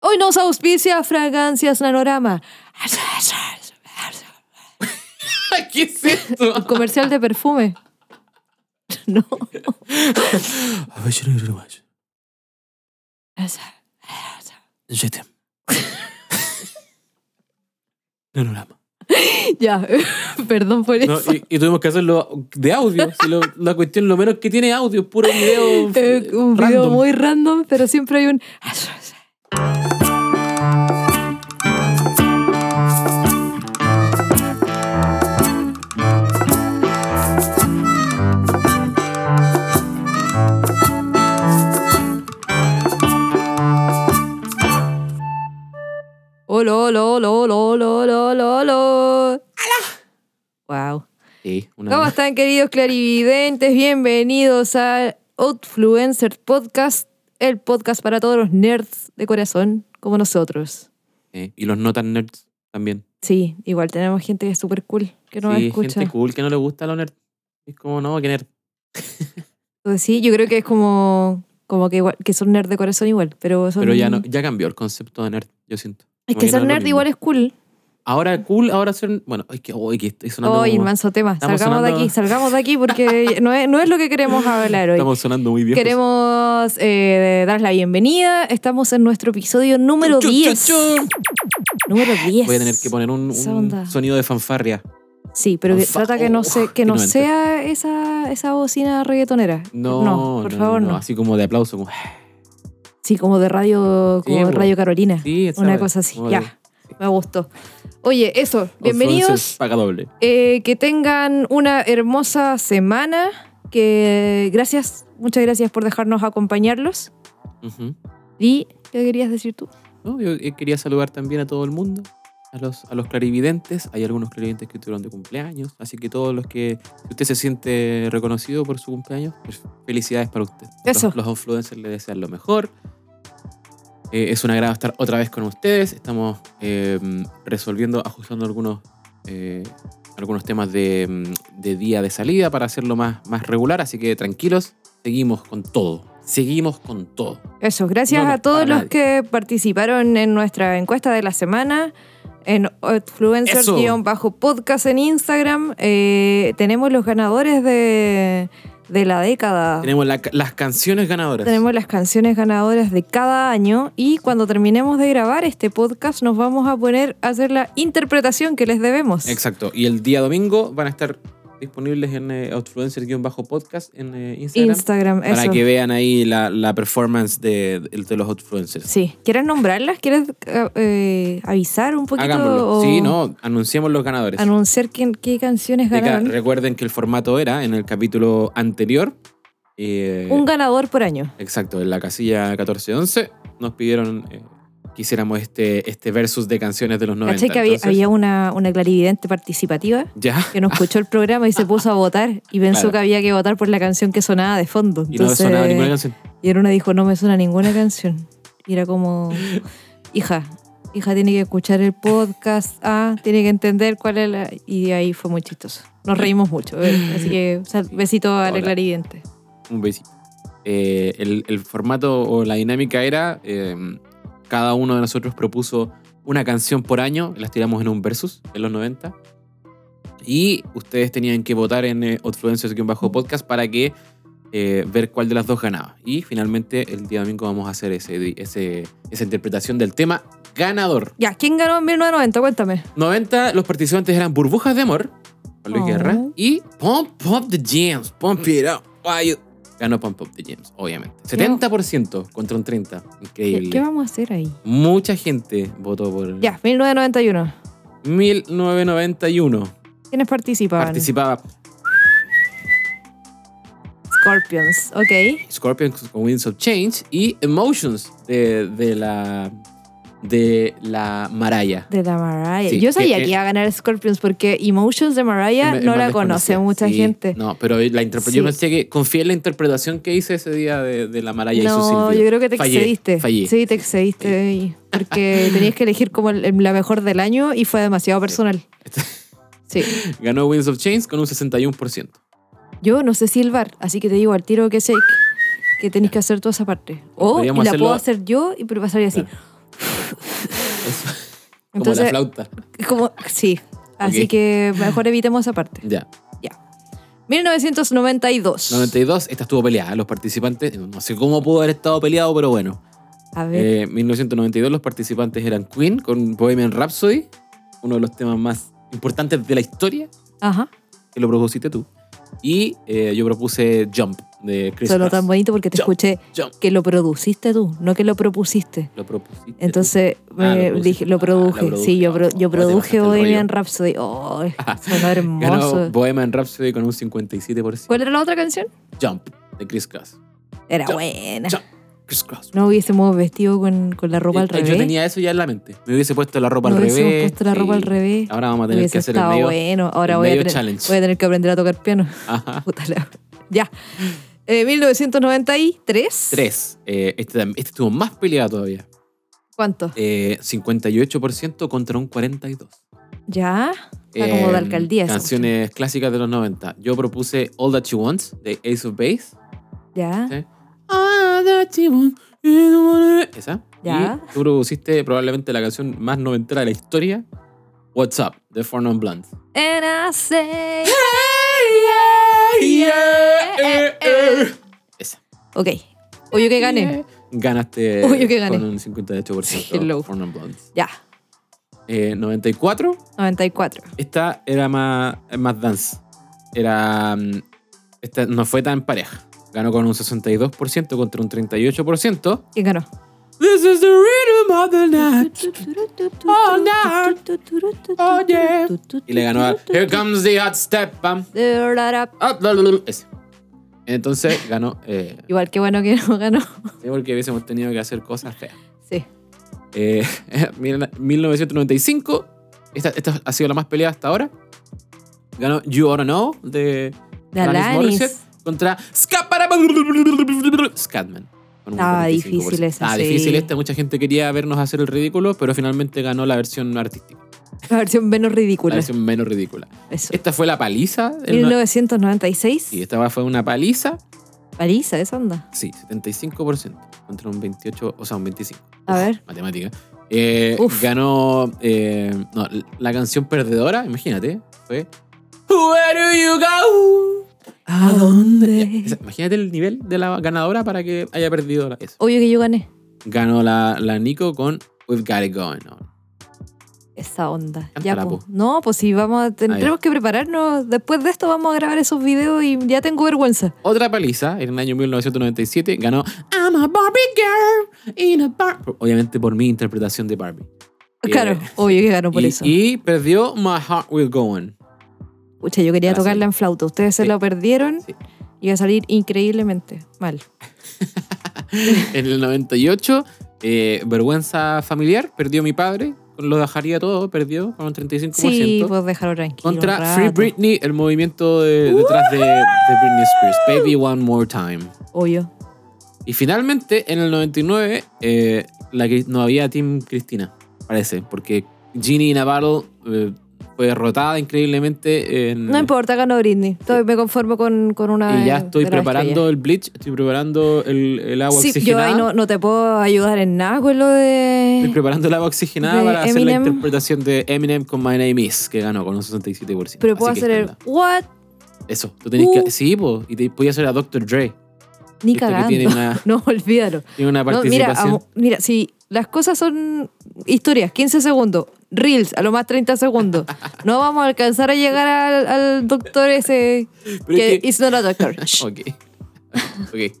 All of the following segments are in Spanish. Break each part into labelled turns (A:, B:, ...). A: Hoy nos auspicia Fragancias Nanorama.
B: ¿Qué es esto?
A: Comercial de perfume. No.
B: Nanorama.
A: Ya, perdón por
B: No,
A: eso.
B: y, y tuvimos que hacerlo de audio. si lo- la cuestión lo menos que tiene es audio, es puro video.
A: Eh,
B: eh,
A: un video
B: random.
A: muy random, pero siempre hay un. Hola, hola, hola, hola, hola, hola, hola, hola. Wow.
B: Sí, una-
A: ¿Cómo están, queridos clarividentes? Bienvenidos a Outfluencer Podcast, el podcast para todos los nerds de corazón como nosotros.
B: eh, y los no tan nerds también.
A: Sí, igual tenemos gente que es súper cool, que nos
B: sí,
A: escucha.
B: gente cool que no le gusta lo nerd. Es como, no, que nerd.
A: Entonces, sí, yo creo que es como, como que, igual, que son nerds de corazón igual, pero son...
B: Pero ya, no, ya cambió el concepto de nerd, yo siento.
A: Es
B: Como
A: que
B: no
A: ser
B: lo
A: nerd
B: mismo.
A: igual es cool.
B: Ahora cool, ahora ser. Bueno, es que hoy que estoy sonando.
A: Hoy,
B: como-
A: manso tema.
B: Estamos
A: Salgamos de
B: sonando-
A: aquí, salgamos de aquí porque no es, no es lo que queremos hablar hoy.
B: estamos sonando muy bien.
A: Queremos eh, darles la bienvenida. Estamos en nuestro episodio número 10. Número 10.
B: Voy a tener que poner un,
A: Esa
B: un
A: onda.
B: sonido de fanfarria.
A: Sí, pero que
B: Alfa-
A: trata que no, se, que
B: Oh,
A: no
B: que no
A: sea esa, esa bocina reggaetonera.
B: No,
A: por favor, no.
B: Así como de aplauso. como- "Ah,
A: Sí, como de radio,
B: Sí,
A: como de
B: po.
A: Radio Carolina.
B: Sí, esa
A: Una
B: wea,
A: cosa así.
B: como de- "Oh,
A: Ya, me gustó. Oye, eso. Bienvenidos.
B: Influencers Paga doble.
A: Eh, que tengan una hermosa semana. Que gracias, muchas gracias por dejarnos acompañarlos.
B: Ujú.
A: ¿Y qué querías decir tú?
B: No, yo eh, quería saludar también a todo el mundo, a los, a los clarividentes. Hay algunos clarividentes que estuvieron de cumpleaños, así que todos los que si usted se siente reconocido por su cumpleaños, pues, felicidades para usted.
A: Eso.
B: Los, los influencers le desean lo mejor. Eh, es un agrado estar otra vez con ustedes. Estamos eh, resolviendo, ajustando algunos, eh, algunos temas de, mm, de día de salida para hacerlo más, más regular, así que tranquilos, seguimos con todo. Seguimos con todo.
A: Eso, gracias
B: No, no,
A: a todos
B: para
A: los
B: nadie.
A: que participaron en nuestra encuesta de la semana en
B: Eso.
A: influencers-podcast en Instagram. Eh, tenemos los ganadores de, de la década.
B: Tenemos la- las canciones ganadoras.
A: Ah. Tenemos las canciones ganadoras de cada año y cuando terminemos de grabar este podcast nos vamos a poner a hacer la interpretación que les debemos.
B: Exacto. Y el día domingo van a estar disponibles en eh, Outfluencer-podcast en eh, Instagram.
A: Instagram,
B: para
A: eso.
B: que vean ahí la, la performance de, de- de los Outfluencers.
A: Sí, ¿quieres nombrarlas? ¿Quieres eh, eh, avisar un poquito?
B: Hagámoslo.
A: o
B: Sí, no, anunciamos los ganadores.
A: Anunciar quién- qué canciones
B: De ca-
A: ganaron.
B: Recuerden que el formato era en el capítulo anterior. eh,
A: Un ganador por año.
B: Exacto, en la casilla 1411 nos pidieron eh, que hiciéramos este, este versus de canciones de los 90.
A: ¿Cachai que había,
B: Entonces,
A: había una, una clarividente participativa
B: Ya.
A: que no escuchó el programa y se puso a votar y pensó
B: Claro.
A: que había que votar por la canción que sonaba de fondo?
B: Y no
A: Entonces,
B: sonaba ninguna canción.
A: y era una dijo, no me suena ninguna canción. Y era como, hija, hija tiene que escuchar el podcast, ah, tiene que entender cuál es la... Y ahí fue muy chistoso. Nos reímos mucho. eh. Así que, o sea, besito a la
B: Hola.
A: clarividente.
B: un besito. Eh, el, el formato o la dinámica era, eh, cada uno de nosotros propuso una canción por año, las tiramos en un versus en los 90, y ustedes tenían que votar en eh, Outfluencers-podcast para que eh, ver cuál de las dos ganaba. Y finalmente el día domingo vamos a hacer ese, ese- esa interpretación del tema ganador.
A: Ya, ¿quién ganó en 1990? Cuéntame.
B: 90, los participantes eran Burbujas de Amor, por Luis
A: Oh.
B: Guerra, y Pump Pump the James, Pump It Up. Why you- Ganó Pump Pump the James, obviamente. 70% contra un 30.
A: ¿Qué,
B: Increíble.
A: qué vamos a hacer ahí?
B: Mucha gente votó por
A: Ya, 1991.
B: 1991.
A: ¿Quiénes participaban?
B: Participaba
A: Scorpions, ok.
B: Scorpions con Winds of Change y Emotions de, de la de la Maraya.
A: De la Mariah.
B: Sí, eh,
A: Yo sabía
B: que-
A: que, iba a ganar Scorpions porque Emotions de Mariah
B: Es
A: no
B: más
A: la conoce
B: desconocida.
A: mucha
B: Sí,
A: gente.
B: No, pero la interpre-
A: Sí.
B: yo pensé que confié en la interpretación que hice ese día de, de la Maraya y su
A: No,
B: silbido.
A: yo creo que te
B: Fallé,
A: excediste.
B: Fallé.
A: Sí, te excediste. ahí, Porque tenías que elegir como el- la mejor del año y fue demasiado personal.
B: Este
A: Sí.
B: Ganó Winds of Chains con un 61%.
A: Yo no sé silbar, así que te digo al tiro que sé que tenés que hacer toda esa parte. O y
B: Podríamos
A: la
B: hacerlo-
A: puedo hacer yo y pero pasaría así.
B: Como la
A: Entonces,
B: flauta.
A: como, sí. Así
B: Ok.
A: que mejor evitemos esa parte.
B: Ya.
A: 1992.
B: 92, esta estuvo peleada. Los participantes, no sé cómo pudo haber estado peleado, pero bueno. Eh,
A: A ver.
B: En 1992 los participantes eran Queen con Bohemian Rhapsody, uno de los temas más importantes de la historia,
A: Ajá.
B: que lo propusiste tú. Y eh, yo propuse Jump de Chris
A: Solo
B: Cross.
A: tan bonito porque te
B: Jump.
A: escuché
B: Jump.
A: que lo produciste tú, no que lo propusiste.
B: Lo propusiste. tú.
A: Entonces
B: Ah,
A: me
B: lo produjiste.
A: dije, lo
B: Ah,
A: produje.
B: la produje.
A: Sí, yo, pro- yo
B: Oh, te bajaste
A: produje
B: el
A: Bohemian Rhapsody. Oh, sonó
B: Ganó
A: hermoso.
B: Bohemian Rhapsody con un 57%.
A: ¿Cuál era la otra canción?
B: Jump de Chris Cross.
A: Era
B: Jump.
A: buena.
B: Jump. Chris Cross.
A: No hubiésemos vestido con, con la ropa al
B: Eh,
A: revés.
B: Yo tenía eso ya en la mente. Me hubiese puesto la ropa
A: No
B: al
A: hubiésemos
B: revés.
A: puesto la ropa al revés.
B: Ahora vamos a tener
A: Hubiese
B: que hacer el
A: estado
B: medio.
A: bueno. Ahora
B: el
A: voy a,
B: medio
A: tener,
B: challenge.
A: voy a tener que aprender a tocar piano.
B: Ajá.
A: Puta la- Ya. Eh, 1993.
B: Tres. Eh, este, tam- este estuvo más peleado todavía.
A: ¿Cuánto?
B: Eh, 58% contra un 42%.
A: Ya. Está como de
B: Eh,
A: alcaldía esa
B: Canciones clásicas de los 90. Yo propuse All That She Wants de Ace of Base.
A: Ya.
B: Sí. All That She Wants. is what I- Esa.
A: Ya.
B: Y tú propusiste probablemente la canción más noventera de la historia. What's Up de Four Non Blondes.
A: And I say-
B: eh, eh. Esa.
A: Ok. Oye, que gané.
B: Ganaste
A: Uy, yo que gané.
B: con un 58%.
A: Sí, loco.
B: Four Non Blondes.
A: Ya.
B: Eh, 94.
A: 94.
B: Esta era más, más dance. Era. mm, Esta no fue tan pareja. Ganó con un 62% contra un 38%.
A: ¿Quién ganó?
B: This is the rhythm of the night. All night. Oh, yeah. Y le ganó a Here Comes the Hot Step. Pam. Ah, Up, la, la, la, la. Ese. Entonces ganó. Eh,
A: Igual que bueno que no ganó.
B: sí, porque hubiésemos tenido que hacer cosas feas.
A: Sí.
B: Eh, mira, 1995. Esta, esta ha sido la más peleada hasta ahora. Ganó You Oughta Know de
A: De
B: Alanis
A: Alanis.
B: Morissette contra Scapara- Scatman. con un
A: Estaba
B: 45%.
A: difícil esa,
B: Estaba
A: sí.
B: difícil esta. Mucha gente quería vernos hacer el ridículo, pero finalmente ganó la versión artística.
A: La versión menos
B: La
A: ridícula.
B: versión menos ridícula.
A: Eso.
B: Esta fue la paliza. del no-
A: 1996.
B: Sí, esta fue una paliza.
A: Paliza, esa onda.
B: Sí, 75% contra un 28, o sea, un 25.
A: A ver.
B: Matemática. Eh,
A: Uf.
B: Ganó eh, no, la canción perdedora, imagínate, fue Where do you go?
A: ¿A dónde?
B: Ya, esa- imagínate el nivel de la ganadora para que haya perdido la, eso.
A: Obvio que yo gané.
B: Ganó la, la Nico con We've Got It Going On.
A: Esa onda.
B: Cántala,
A: Ya,
B: po.
A: po. No, pues si vamos a- ten-
B: Ah, ya.
A: tenemos que prepararnos. Después de esto vamos a grabar esos videos y ya tengo vergüenza.
B: Otra paliza, en el año 1997, ganó I'm a Barbie Girl in a Bar. Obviamente por mi interpretación de Barbie. Eh,
A: Claro, obvio que ganó por
B: y,
A: eso.
B: y perdió My Heart Will Go On.
A: Pucha, yo quería
B: Ah, sí.
A: tocarla en flauta. Ustedes se
B: Sí.
A: la perdieron
B: Sí.
A: y iba a salir increíblemente mal.
B: En el 98, eh, vergüenza familiar, perdió mi padre, lo dejaría todo, perdió con un 35%.
A: Sí, pues déjalo tranquilo. un
B: contra
A: rato.
B: Free Britney, el movimiento de- detrás de, de Britney Spears. Baby One More Time.
A: Obvio.
B: Y finalmente, en el 99, eh, la, Cri- no había Team Cristina, parece, porque Ginny Navarro eh, fue derrotada increíblemente en...
A: No importa, ganó Britney. Entonces me conformo con, con una.
B: y ya
A: de
B: estoy
A: las
B: preparando
A: estrellas.
B: el bleach, estoy preparando el, el agua
A: Sí, yo
B: oxigenada.
A: ahí no, no te puedo ayudar en nada con lo
B: Estoy
A: de.
B: preparando la voz oxigenada
A: Eh, de
B: para hacer la
A: Eminem.
B: interpretación de Eminem con My Name Is, que ganó con un 67%.
A: Pero
B: Así
A: puedo
B: que
A: hacer el.
B: estándala.
A: ¿What?
B: Eso, tú tenés que.
A: Uh.
B: Sí, po, y te podía hacer a Dr. Dre.
A: Ni
B: Viste que
A: cagando.
B: tiene una-
A: No, olvídalo.
B: Tiene una
A: No, mira,
B: participación.
A: amo- mira, si las cosas son historias, 15 segundos, reels, a lo más 30 segundos, no vamos a alcanzar a llegar al, al doctor ese
B: Pero
A: que
B: es que-
A: is not a doctor. Shh.
B: Ok. ok.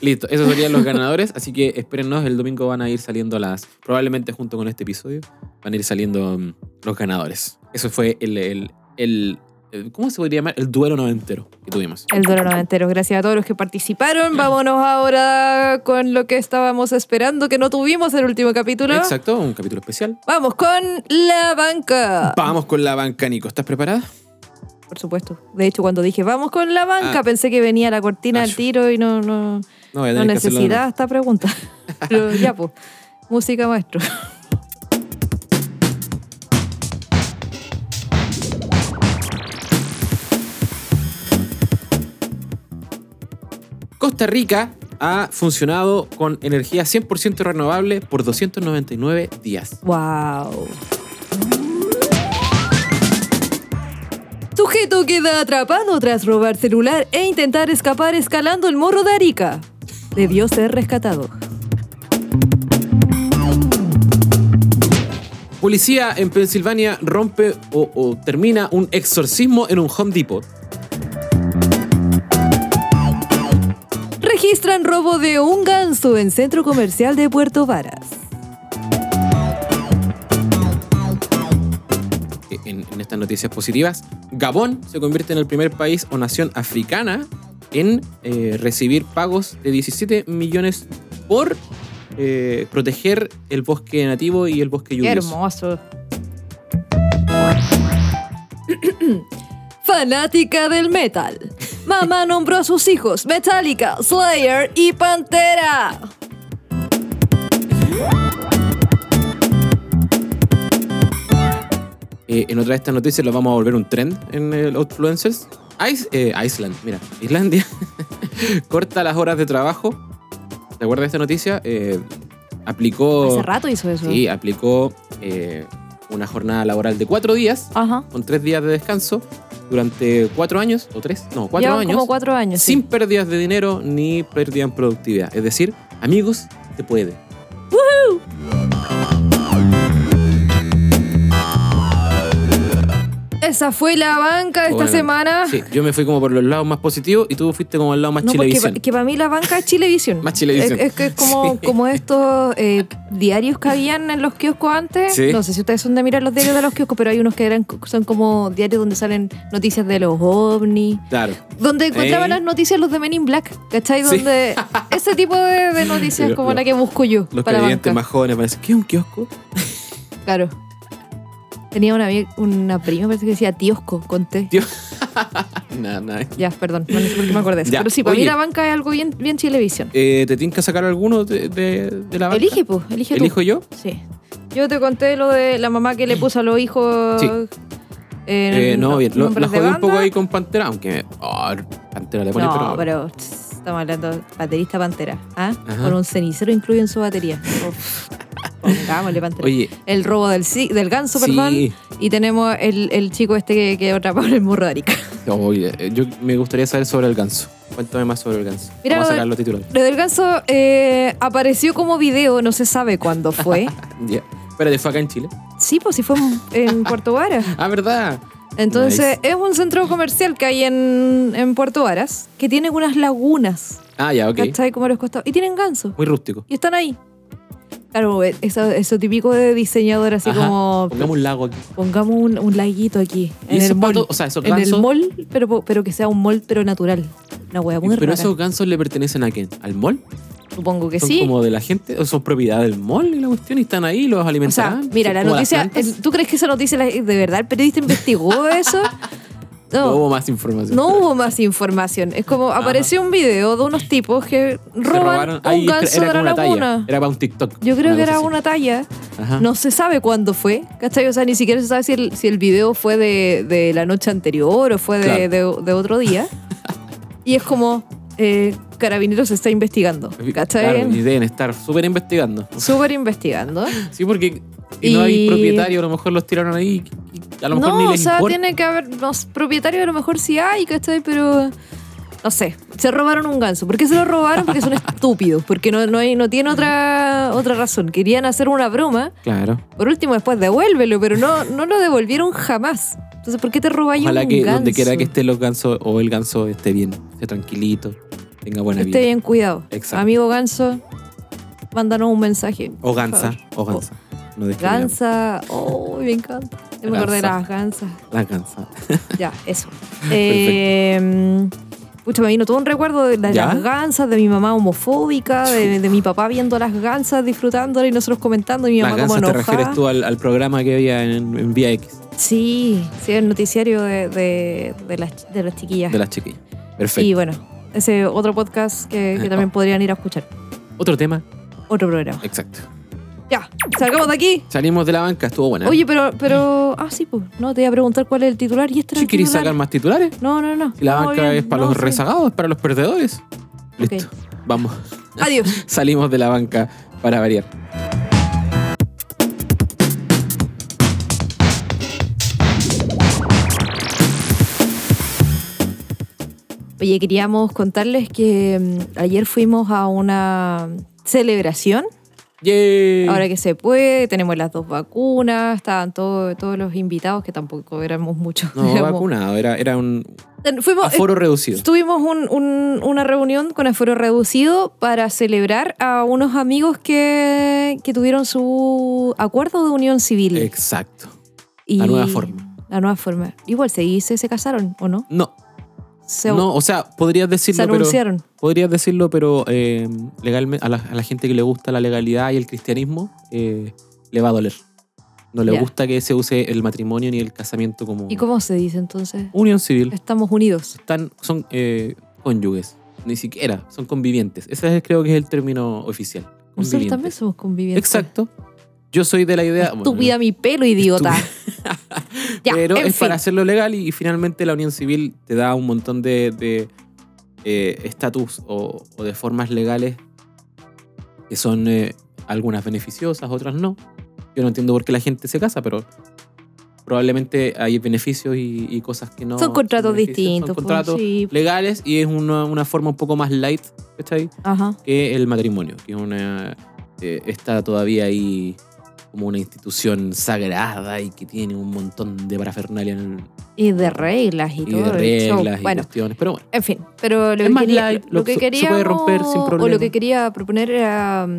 B: Listo, esos serían los ganadores. Así que espérennos, el domingo van a ir saliendo las. Probablemente junto con este episodio van a ir saliendo mm, los ganadores. Eso fue el. el, el- el- ¿Cómo se podría llamar? El duelo noventero que tuvimos.
A: El duelo noventero. Gracias a todos los que participaron. Vámonos ahora con lo que estábamos esperando, que no tuvimos el último capítulo.
B: Exacto, un capítulo especial.
A: Vamos con la banca.
B: Vamos con la banca, Nico. ¿Estás preparada?
A: Por supuesto. De hecho, cuando dije vamos con la banca,
B: Ah.
A: pensé que venía la cortina al
B: Ah,
A: tiro y no, no,
B: No, voy a
A: no
B: tener que hacerlo de nuevo.
A: necesitaba esta pregunta. Pero ya, pues. Música maestro.
B: Costa Rica ha funcionado con energía 100% renovable por 299 días.
A: Wow. Sujeto queda atrapado tras robar celular e intentar escapar escalando el morro de Arica. Debió ser rescatado.
B: Policía en Pensilvania rompe o, o termina un exorcismo en un Home Depot.
A: Registran robo de un ganso en centro comercial de Puerto Varas.
B: En, en estas noticias positivas, Gabón se convierte en el primer país o nación africana en eh, recibir pagos de 17 millones por eh, proteger el bosque nativo y el bosque
A: Qué
B: lluvioso.
A: hermoso. Fanática del metal. Mamá nombró a sus hijos Metallica, Slayer y Pantera.
B: Eh, en otra de estas noticias lo vamos a volver un trend en el Outfluencers. Ice- eh, Iceland, mira, Islandia corta las horas de trabajo. ¿Te acuerdas de esta noticia? Eh, aplicó.
A: Hace rato hizo eso.
B: Oh. Sí, aplicó eh, una jornada laboral de cuatro días,
A: Ajá.
B: con tres días de descanso, durante cuatro años, o tres, no, cuatro
A: Llevan
B: años.
A: como cuatro años. sí.
B: sin pérdidas de dinero ni pérdida en productividad. Es decir, amigos, te puede.
A: Esa fue la banca esta
B: Bueno,
A: semana.
B: Sí, yo me fui como por los lados más positivos y tú fuiste como al lado más
A: Ah. No, porque
B: chilevisión.
A: pa- que para mí la banca es Chilevisión.
B: Más Chilevisión.
A: Es, es que es como, como estos eh, diarios que habían en los kioscos antes.
B: Sí.
A: No sé si ustedes son de mirar los diarios de los kioscos, pero hay unos que eran, son como diarios donde salen noticias de los ovnis.
B: Claro.
A: Donde encontraban
B: Ey.
A: las noticias los de Men in Black, ¿cachai?
B: Sí.
A: Donde ese tipo de, de noticias
B: Lo-
A: como
B: lo-
A: la que busco yo
B: Los
A: para la
B: clientes
A: banca.
B: más jóvenes van a decir, ¿qué es un kiosco?
A: Claro. Tenía una, vie- una prima, parece que decía tiosco, conté.
B: Tío. nada, nada.
A: Ya, perdón, no sé por qué me acordé de eso.
B: Ya,
A: Pero sí, para mí
B: oye.
A: la banca es algo bien, bien televisión.
B: Eh, ¿Te tienen que sacar alguno de, de- de la banca?
A: Elige, pues, elige tú.
B: ¿Elijo yo?
A: Sí. Yo te conté lo de la mamá que le puso a los hijos.
B: Sí.
A: eh,
B: Eh, no, bien. Lo, la
A: nombres de
B: jodí un poco
A: banda.
B: ahí con Pantera, aunque... oh, Pantera le pone,
A: No,
B: pero...
A: pero tss, estamos hablando de baterista Pantera. ¿ah?
B: Ajá.
A: Con un cenicero incluido en su batería. Uf. Pongámosle Pantera.
B: Oye,
A: El robo del, ci- del ganso,
B: Sí.
A: perdón. Y tenemos el, el chico este que, que atrapó en el morro de Arica.
B: oye, eh, yo me gustaría saber sobre el ganso. Cuéntame más sobre el ganso.
A: Mira,
B: Vamos a
A: lo-
B: sacar los titulares.
A: Lo del ganso eh, apareció como video, no se sabe cuándo fue.
B: Ya. Espérate, fue acá en Chile.
A: Sí, pues si fue en, en Puerto Varas.
B: Ah, ¿verdad?
A: Entonces, es un centro comercial que hay en, en Puerto Varas que tiene unas lagunas,
B: Ah, ya, ok.
A: ¿cachai? Como a los costados. Y tienen ganso.
B: Muy rústico.
A: Y están ahí. Claro, e- eso, eso típico de diseñador, así
B: Ajá.
A: como
B: Pongamos un lago aquí.
A: pongamos un, un laguito aquí. En
B: Y esos
A: el mall.
B: patos- o sea, esos
A: En el
B: gansos-
A: mall, pero, po- pero que sea un mall, pero natural. Una hueá muy
B: Pero
A: rara.
B: esos gansos le pertenecen a quién? ¿Al mall?
A: Supongo que
B: ¿Son
A: sí.
B: como de la gente? ¿O son propiedad del mall y la cuestión? ¿Y están ahí? ¿Los
A: O sea,
B: alimentarán?
A: mira,
B: ¿Son
A: la
B: como las
A: noticia.
B: plantas?
A: el- ¿Tú crees que esa noticia la- de verdad el periodista investigó eso?
B: no. hubo más información.
A: No hubo más información. Es como apareció un video de unos tipos que
B: Se robaron-
A: roban
B: ahí
A: un
B: era-
A: ganso
B: era
A: de la
B: como una talla.
A: laguna.
B: Era para un TikTok.
A: Yo creo que era
B: cosa
A: una talla.
B: así. Ajá.
A: No se sabe cuándo fue, ¿cachai? O sea, ni siquiera se sabe si el, si el video fue de, de la noche anterior o fue de, de- de otro día. y es como, eh, Carabineros está investigando, ¿cachai?
B: Claro, y deben estar súper investigando.
A: Súper investigando.
B: Sí, porque y no
A: Y-
B: hay propietario, a lo mejor los tiraron ahí. y a lo mejor
A: no,
B: ni
A: o
B: les
A: sea,
B: importa.
A: tiene que haber los propietarios, a lo mejor sí hay, ¿cachai? Pero no sé, se robaron un ganso. ¿Por qué se lo robaron? Porque son estúpidos, porque no, no, hay, no tiene otra, otra razón. Querían hacer una broma,
B: Claro.
A: por último después devuélvelo, pero no, no lo devolvieron jamás. Entonces, ¿por qué te robáis
B: Ojalá
A: un
B: que
A: ganso?
B: donde quiera que estén los gansos o el ganso esté bien, esté tranquilito, tenga buena vida.
A: Esté bien cuidado.
B: Exacto. Oh,
A: Amigo ganso, mándanos un mensaje.
B: O
A: por
B: gansa,
A: favor.
B: o gansa. No discriminamos.
A: Gansa, oh, me encanta. Yo me acordé de
B: Gansa.
A: las gansas.
B: La gansa.
A: Ya, eso. Eh, pucha, me vino todo un recuerdo de, de
B: ¿Ya?
A: las gansas, de mi mamá homofóbica, de, de mi papá viendo las gansas, disfrutándolas y nosotros comentando y mi
B: Las
A: mamá
B: gansas
A: como
B: te
A: enojada.
B: refieres tú al, al programa que había en, en Vía X
A: Sí, sí, el noticiario de, de- de las, de las chiquillas.
B: de las chiquillas. Perfecto.
A: y bueno, ese otro podcast que, que
B: Eh,
A: también podrían ir a escuchar.
B: Otro tema.
A: Otro programa.
B: Exacto.
A: Ya, salgamos de aquí.
B: Salimos de la banca, estuvo buena.
A: Oye, pero, pero. Ah, sí, pues. No, te iba a preguntar cuál es el titular y este era
B: si
A: el
B: queréis
A: titular.
B: sacar más titulares,
A: No, no, no.
B: si la
A: No,
B: banca
A: bien,
B: es para
A: no,
B: los
A: sí.
B: rezagados, es para los perdedores.
A: Ok.
B: Listo. Vamos.
A: Adiós.
B: Salimos de la banca para variar.
A: Oye, queríamos contarles que mm, ayer fuimos a una celebración.
B: ¡Yay!
A: Ahora que se puede, tenemos las dos vacunas, estaban todo- todos los invitados, que tampoco éramos muchos.
B: no,
A: éramos-
B: vacunado, era, era un
A: Ten- Fuimos, eh,
B: aforo reducido.
A: Tuvimos un- un- una reunión con aforo reducido para celebrar a unos amigos que, que tuvieron su acuerdo de unión civil.
B: Exacto.
A: y
B: la nueva forma.
A: La nueva forma. Igual se dice, se casaron, ¿o no?
B: No,
A: Se,
B: no, o sea, podrías
A: se
B: decirlo, pero
A: anunciaron.
B: podrías decirlo, pero eh, legalmente a la, a la gente que le gusta la legalidad y el cristianismo eh, le va a doler. No le
A: Ya.
B: gusta que se use el matrimonio ni el casamiento como
A: ¿Y cómo se dice entonces?
B: unión civil.
A: Estamos unidos.
B: Están, son eh, cónyuges, ni siquiera, son convivientes. Ese es, creo que es el término oficial.
A: Nosotros
B: convivientes.
A: también somos convivientes.
B: Exacto. Yo soy de la idea. bueno,
A: Estúpida mi pelo, idiota. ya,
B: pero
A: en
B: es
A: fin.
B: para hacerlo legal y, y finalmente la unión civil te da un montón de de, eh, estatus o, o de formas legales que son eh, algunas beneficiosas, otras no. Yo no entiendo por qué la gente se casa, pero probablemente hay beneficios y, y cosas que no.
A: Son contratos
B: beneficios.
A: distintos.
B: Son
A: pues,
B: contratos
A: sí.
B: legales y es una, una forma un poco más light, ¿cachai?
A: Ajá.
B: que el matrimonio, que es una eh, está todavía ahí como una institución sagrada y que tiene un montón de parafernalia en el-
A: Y de reglas y,
B: y
A: todo.
B: de
A: el
B: reglas
A: show.
B: y
A: bueno,
B: cuestiones. Pero bueno,
A: En fin, pero lo
B: Es
A: que,
B: más
A: quería,
B: light,
A: lo
B: lo-
A: que
B: se puede
A: queríamos-
B: romper sin
A: o lo
B: problema.
A: que quería proponer era, mm,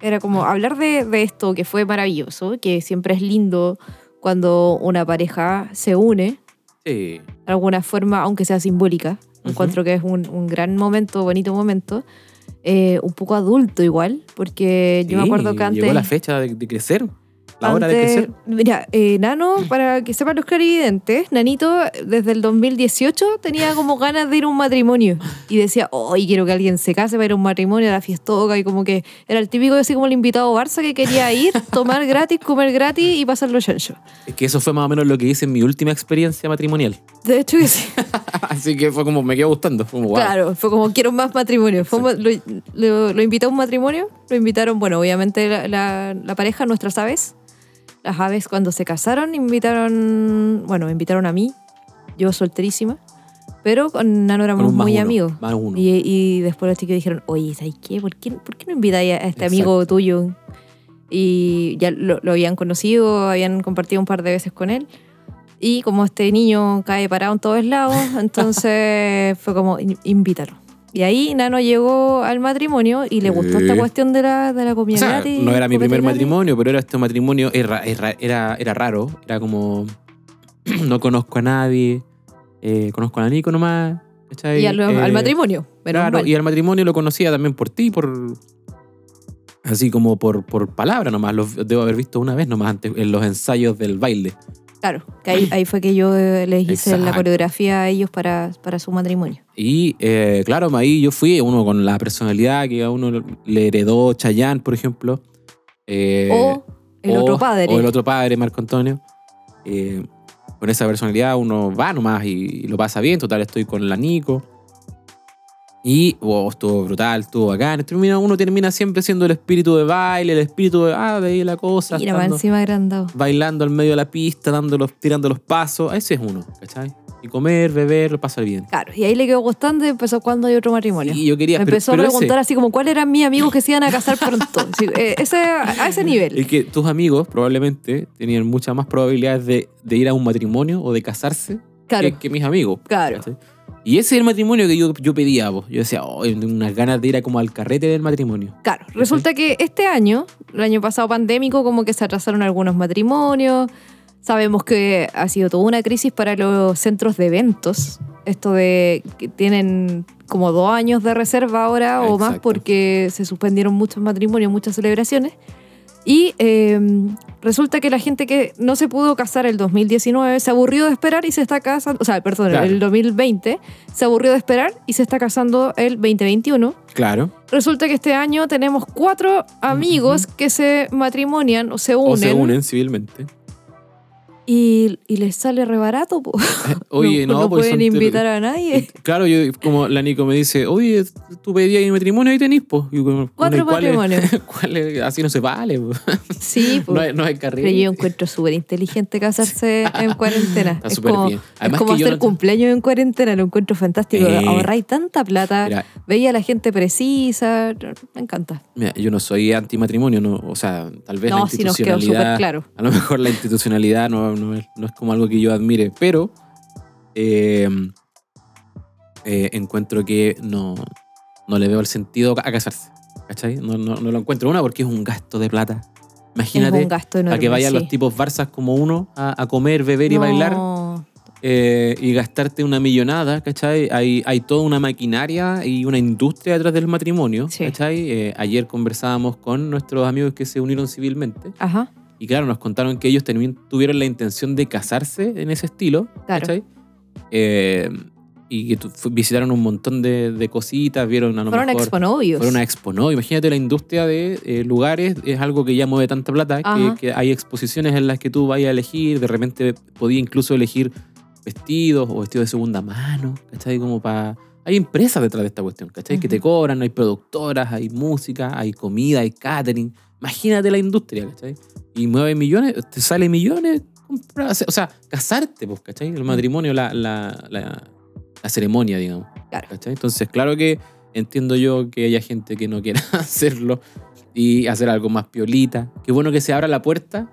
A: era como hablar de, de esto que fue maravilloso, que siempre es lindo cuando una pareja se une
B: sí,
A: de alguna forma, aunque sea simbólica.
B: Ujú.
A: Encuentro que es un, un gran momento, bonito momento. Eh, un poco adulto igual, porque yo me
B: sí,
A: acuerdo que antes...
B: llegó la fecha de, de crecer, la hora de
A: Antes-
B: crecer. Mm.
A: Mira, eh, Nano, para que sepan los clarividentes, Nanito desde el 2018 tenía como ganas de ir a un matrimonio. Y decía, hoy quiero que alguien se case para ir a un matrimonio, a la fiestoca. Y como que era el típico, así como el invitado Barça que quería ir, tomar gratis, comer gratis y pasarlo chancho.
B: Es que eso fue más o menos lo que hice en mi última experiencia matrimonial.
A: De hecho que sí.
B: Así que fue como, me quedó gustando. Fue como, wow.
A: Claro, fue como quiero más matrimonio. Fue un- lo, lo- lo invitó a un matrimonio, lo invitaron, bueno, obviamente la, la- la pareja, nuestras aves. Las aves cuando se casaron invitaron, bueno, me invitaron a mí, yo solterísima, pero con Nano
B: Con
A: éramos
B: un más
A: muy
B: uno,
A: amigos.
B: Más uno.
A: Y, y después los chicos dijeron, oye, ¿sabes qué? ¿Por qué, por qué no invitáis a este amigo
B: Exacto.
A: tuyo? Y ya lo, lo habían conocido, habían compartido un par de veces con él. Y como este niño cae parado en todos lados, entonces fue como, "In- invítalo. Y ahí Nano llegó al matrimonio y le gustó
B: Sí.
A: esta cuestión de la, de la comida
B: O sea,
A: gratis,
B: no era mi
A: copete
B: primer
A: gratis.
B: matrimonio, pero era este matrimonio, era, era, era, era raro, era como, no conozco a nadie, eh, conozco a la Nico nomás, ¿cachai?
A: Y a lo-
B: Eh,
A: al matrimonio. menos
B: claro,
A: mal.
B: y al matrimonio lo conocía también por ti, por... Así como por, por palabra nomás, los debo haber visto una vez nomás antes en los ensayos del baile.
A: Claro, que ahí, ahí fue que yo eh, les hice la
B: Exacto.
A: coreografía a ellos para, para su matrimonio.
B: Y eh, claro, ahí yo fui uno con la personalidad que a uno le heredó Chayanne, por ejemplo. Eh,
A: o el
B: o-
A: otro padre.
B: O el otro padre, Marco Antonio. Eh, con esa personalidad uno va nomás y, y lo pasa bien. Total, estoy con la Nico. Y wow, estuvo brutal, estuvo bacán. Termina, uno termina siempre siendo el espíritu de baile, el espíritu de, ah, de ahí la cosa.
A: Mira, va
B: estando-
A: encima agrandado.
B: bailando al medio de la pista, dando los- tirando los pasos. Ese es uno, ¿cachai? Y comer, beber, pasar bien.
A: Claro, y ahí le quedó gustando y empezó cuando hay otro matrimonio.
B: Y yo quería...
A: Me
B: pero-
A: empezó
B: pero
A: a
B: ese-
A: preguntar así como cuáles eran mis amigos que se iban a casar pronto. Sí, eh, ese- a ese nivel.
B: Es que tus amigos probablemente tenían muchas más probabilidades de, de ir a un matrimonio o de casarse
A: claro,
B: que, que mis amigos.
A: claro.
B: ¿cachai? Y ese es el matrimonio que yo, yo pedía, vos. Yo decía, oh, tengo unas ganas de ir a como al carrete del matrimonio.
A: Claro, resulta que este año, el año pasado pandémico, como que se atrasaron algunos matrimonios. Sabemos que ha sido toda una crisis para los centros de eventos. Esto de que tienen como dos años de reserva ahora o más
B: Exacto.
A: porque se suspendieron muchos matrimonios, muchas celebraciones. Y eh, resulta que la gente que no se pudo casar el 2019 se aburrió de esperar y se está casando, o sea, perdón,
B: Claro.
A: el 2020 se aburrió de esperar y se está casando el 2021.
B: Claro.
A: Resulta que este año tenemos cuatro amigos que se matrimonian o se unen.
B: O se unen civilmente.
A: Y, y les sale rebarato, po.
B: Oye, no,
A: no,
B: pues
A: pueden
B: son- eh,
A: invitar a nadie.
B: Claro, yo, como la Nico me dice, oye, tú pedías matrimonio y tenís, pues.
A: Cuatro matrimonios.
B: así no se vale, po.
A: Sí, po.
B: no hay, no hay
A: Pero
B: carrera.
A: yo encuentro súper inteligente casarse en cuarentena.
B: Está
A: es
B: súper
A: como,
B: bien.
A: es
B: Además
A: como
B: que yo
A: hacer
B: no te-
A: cumpleaños en cuarentena, lo encuentro fantástico.
B: Eh.
A: Ahorráis tanta plata,
B: Mira.
A: veía a la gente precisa, me encanta.
B: Mira, yo no soy antimatrimonio, no, o sea, tal vez la
A: No, sí nos quedó
B: institucionalidad.
A: súper claro.
B: A lo mejor la institucionalidad no, no es, no es como algo que yo admire, pero eh, eh, encuentro que no, no le veo el sentido a casarse. ¿Cachai? No, no, no lo encuentro. Una, porque es un gasto de plata.
A: es
B: Imagínate,
A: un gasto enorme.
B: para que vayan
A: sí.
B: los tipos barzas como uno a, a comer, beber y
A: No,
B: bailar eh, y gastarte una millonada, ¿cachai? Hay, hay toda una maquinaria y una industria detrás del matrimonio,
A: Sí.
B: ¿cachai? Eh, ayer conversábamos con nuestros amigos que se unieron civilmente
A: Ajá,
B: y claro, nos contaron que ellos también tuvieron la intención de casarse en ese estilo,
A: Claro.
B: ¿cachai? Eh, y que tu- fu- visitaron un montón de, de cositas, vieron a lo
A: fueron
B: mejor...
A: exponovios.
B: Fueron a Expo, ¿no? Imagínate la industria de eh, lugares, es algo que ya mueve tanta plata, que,
A: Ajá.
B: que hay exposiciones en las que tú vayas a elegir, de repente podía incluso elegir vestidos o vestidos de segunda mano, ¿cachai? Como para... Hay empresas detrás de esta cuestión, ¿cachai? Que te
A: Ujú.
B: cobran, hay productoras, hay música, hay comida, hay catering. Imagínate la industria, ¿cachai? Y mueve millones, te sale millones, comprar- o sea, casarte, pues, ¿cachai?
A: Mm.
B: El matrimonio, la, la- la- la ceremonia, digamos.
A: Claro.
B: ¿cachai? Entonces, claro que entiendo yo que haya gente que no quiera hacerlo y hacer algo más piolita. Qué bueno que se abra la puerta.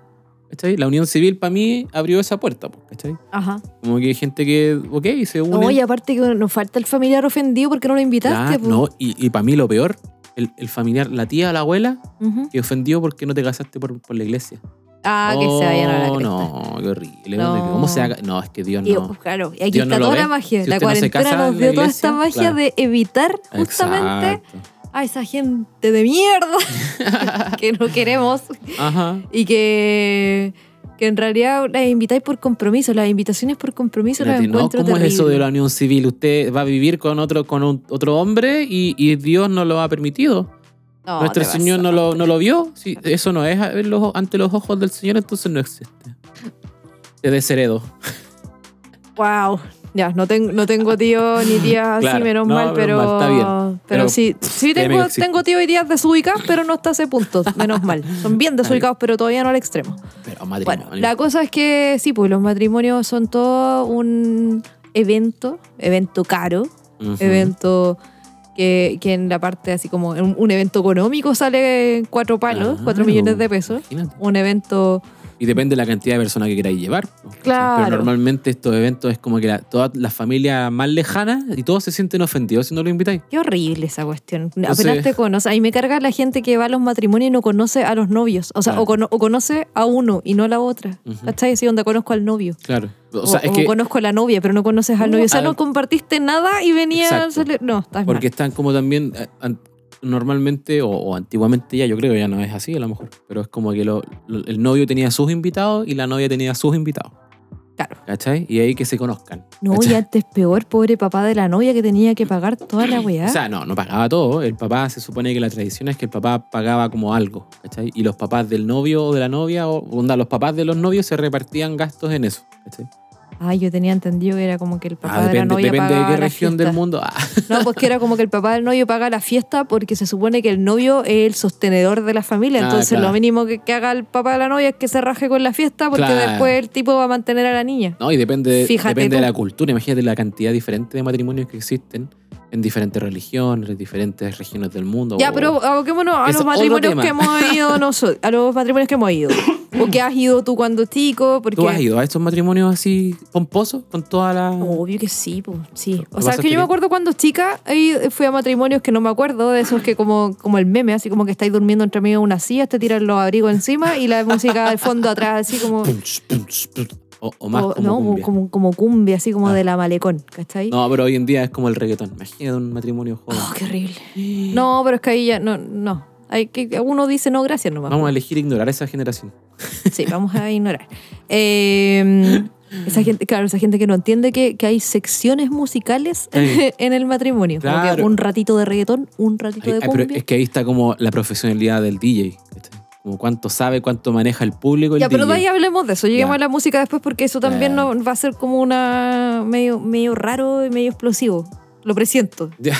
B: ¿cachai? La unión civil para mí abrió esa puerta. po, ¿cachai?
A: Ajá.
B: Como que hay gente que, ok, se une.
A: No, y aparte que nos falta el familiar ofendido porque no lo invitaste.
B: Ya,
A: po.
B: no, y, para mí lo peor, el, el familiar, la tía o la abuela,
A: Ujú.
B: que ofendió porque no te casaste por, por la iglesia.
A: Ah, que se vayan a la
B: Oh,
A: cresta.
B: No, qué horrible.
A: No.
B: ¿Cómo se haga? No, es que Dios
A: Y,
B: no.
A: pues, claro, y aquí
B: Dios
A: está
B: no lo
A: toda
B: ve.
A: la magia.
B: Si
A: la
B: usted no se
A: cuarentena
B: casa
A: nos
B: en
A: dio
B: la
A: toda
B: iglesia,
A: esta magia
B: claro.
A: de evitar justamente
B: Exacto.
A: a esa gente de mierda que no queremos
B: Ajá.
A: y que, que en realidad las invitáis por compromiso. Las invitaciones por compromiso las
B: Espérate, ¿no?
A: encuentro
B: ¿Cómo es eso
A: terrible.
B: de la unión civil? Usted va a vivir con otro, con un- otro hombre y, y Dios no lo ha permitido.
A: No,
B: Nuestro
A: te vas
B: Señor
A: a-
B: no lo, no lo vio. Si eso no es a ver, los- ante los ojos del Señor, entonces no existe. Te desheredo.
A: Wow. Ya, no, ten- no tengo tío ni tía así,
B: Claro,
A: menos
B: no,
A: mal,
B: menos
A: pero.
B: mal, está bien.
A: Pero,
B: Pero,
A: sí, sí
B: teme que
A: tengo,
B: existe.
A: tengo tío y tías desubicadas, pero no hasta ese punto, menos mal. Son bien desubicados, pero todavía no al extremo.
B: Pero madre
A: Bueno, la cosa es que sí, pues los matrimonios son todo un evento, evento caro, evento que, que en la parte así como un, un evento económico sale en cuatro palos,
B: Ah,
A: cuatro millones de pesos. Un evento,
B: Y depende de la cantidad de personas que queráis llevar. ¿no?
A: Claro.
B: Pero normalmente estos eventos es como que la- toda la familia más lejana y todos se sienten ofendidos si no lo invitáis.
A: qué horrible esa cuestión.
B: sé.
A: Apenas te conoces. Ahí me carga la gente que va a los matrimonios y no conoce a los novios. O sea,
B: Claro.
A: o, cono- o conoce a uno y no a la otra.
B: Ujú.
A: ¿Cachai? Así donde conozco al novio.
B: Claro. O
A: O,
B: sea, es
A: o
B: que
A: conozco a la novia, pero no conoces al novio. O sea,
B: Ah.
A: no compartiste nada y venía a
B: Exacto.
A: salir- No, estás mal.
B: Porque están como también eh, an- normalmente o, o antiguamente ya, yo creo que ya no es así a lo mejor, pero es como que lo- lo- el novio tenía sus invitados y la novia tenía sus invitados.
A: Claro.
B: ¿Cachai? Y ahí que se conozcan.
A: No,
B: ¿cachai?
A: y antes peor, pobre papá de la novia que tenía que pagar toda la weá.
B: O sea, no, no pagaba todo. El papá se supone que la tradición es que el papá pagaba como algo, ¿cachai? Y los papás del novio o de la novia, o onda, los papás de los novios se repartían gastos en eso, ¿cachai?
A: Ah, yo tenía entendido que era como que el papá
B: Ah,
A: de la
B: depende,
A: novia
B: depende de
A: pagaba
B: qué
A: la
B: región del
A: fiesta.
B: mundo. Ah,
A: No, pues que era como que el papá del novio paga la fiesta porque se supone que el novio es el sostenedor de la familia.
B: Ah,
A: Entonces
B: claro.
A: lo mínimo que, que haga el papá de la novia es que se raje con la fiesta porque
B: Claro.
A: después el tipo va a mantener a la niña.
B: No, y depende,
A: Fíjate
B: depende de
A: tú.
B: la cultura. Imagínate la cantidad diferente de matrimonios que existen en diferentes religiones, en diferentes regiones del mundo.
A: Ya,
B: O-
A: pero aboquémonos a
B: Oh. Es
A: los
B: otro
A: matrimonios
B: tema.
A: que hemos ido nosotros, a los matrimonios que hemos ido. O que has ido tú cuando chico, porque
B: ¿Tú has ido a estos matrimonios así pomposos con toda la...
A: Obvio que sí, po, sí.
B: ¿Lo
A: O sea,
B: pasaste
A: que yo
B: bien?
A: me acuerdo cuando chica, ahí fui a matrimonios que no me acuerdo, de esos que como, como el meme, así como que estáis durmiendo entre medio de una silla, te tiran los abrigos encima y la música al fondo atrás, así como...
B: Pum, ch, pum, ch, pum. O, o más
A: o-
B: como
A: Oh, no,
B: cumbia.
A: como, como cumbia, así como
B: Ah.
A: de la malecón, ¿cachai?
B: No, pero hoy en día es como el reggaetón. Imagínate un matrimonio joven.
A: Oh, qué horrible. No, pero es que ahí ya, no, no. Hay que, uno dice no, gracias nomás.
B: Vamos a elegir ignorar a esa generación.
A: Sí, vamos a ignorar. Eh, esa gente, claro, esa gente que no entiende que, que hay secciones musicales
B: Sí.
A: en el matrimonio. Como que
B: Claro.
A: un ratito de reggaetón, un ratito
B: Ay,
A: de
B: ay, pero
A: cumbia.
B: es que ahí está como la profesionalidad del DJ. ¿cachai? como cuánto sabe, cuánto maneja el público. El
A: Ya, pero de
B: DJ.
A: ahí hablemos de eso. Lleguemos
B: Ya.
A: a la música después porque eso también
B: Ya.
A: no, va a ser como una medio, medio raro y medio explosivo. Lo presiento.
B: Ya,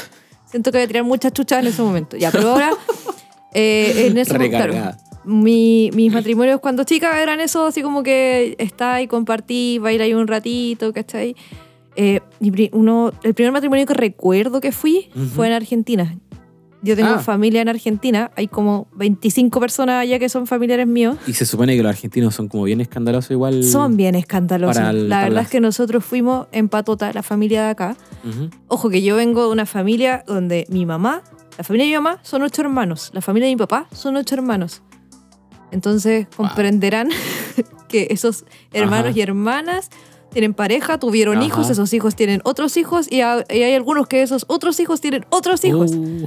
A: Siento que voy a tirar muchas chuchas en ese momento. Ya, pero ahora, eh, en ese momento, claro,
B: recargada.
A: mi- mis matrimonios cuando chica eran eso, así como que está y compartí, baila ahí un ratito, ¿cachai? Eh, mi pri- uno, el primer matrimonio que recuerdo que fui
B: Ujú.
A: fue en Argentina. Yo tengo
B: Ah.
A: familia en Argentina, hay como 25 personas allá que son familiares míos.
B: Y se supone que los argentinos son como bien escandalosos igual.
A: Son bien escandalosos.
B: Para el-
A: la
B: para
A: verdad
B: las-
A: es que nosotros fuimos en patota, la familia de acá.
B: Ujú.
A: Ojo que yo vengo de una familia donde mi mamá, la familia de mi mamá son ocho hermanos, la familia de mi papá son ocho hermanos. Entonces
B: Wow.
A: comprenderán que esos hermanos
B: Ajá.
A: y hermanas tienen pareja, tuvieron
B: Ajá.
A: hijos, esos hijos tienen otros hijos y, ha- y hay algunos que esos otros hijos tienen otros hijos.
B: Uh,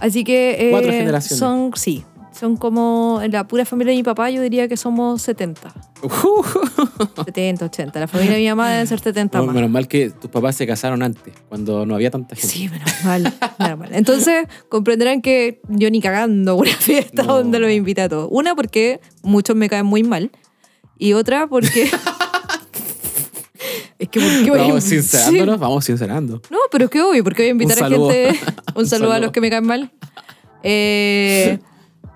A: Así que eh,
B: Cuatro generaciones.
A: son, sí, son como en la pura familia de mi papá yo diría que somos 70,
B: ujú.
A: 70, 80. La familia de mi mamá deben ser 70
B: No,
A: más.
B: menos mal que tus papás se casaron antes, cuando no había tanta gente.
A: Sí, menos mal, menos mal. Entonces, comprenderán que yo ni cagando a una fiesta
B: No.
A: donde los invité a todos. Una, porque muchos me caen muy mal. Y otra, porque. es que, ¿por qué voy a
B: Vamos
A: invitar-
B: sincerándonos, vamos sincerando.
A: No, pero es que obvio, porque voy a invitar
B: Un
A: a
B: saludo.
A: gente. Un
B: Un
A: saludo a
B: saludo.
A: los que me caen mal. Eh,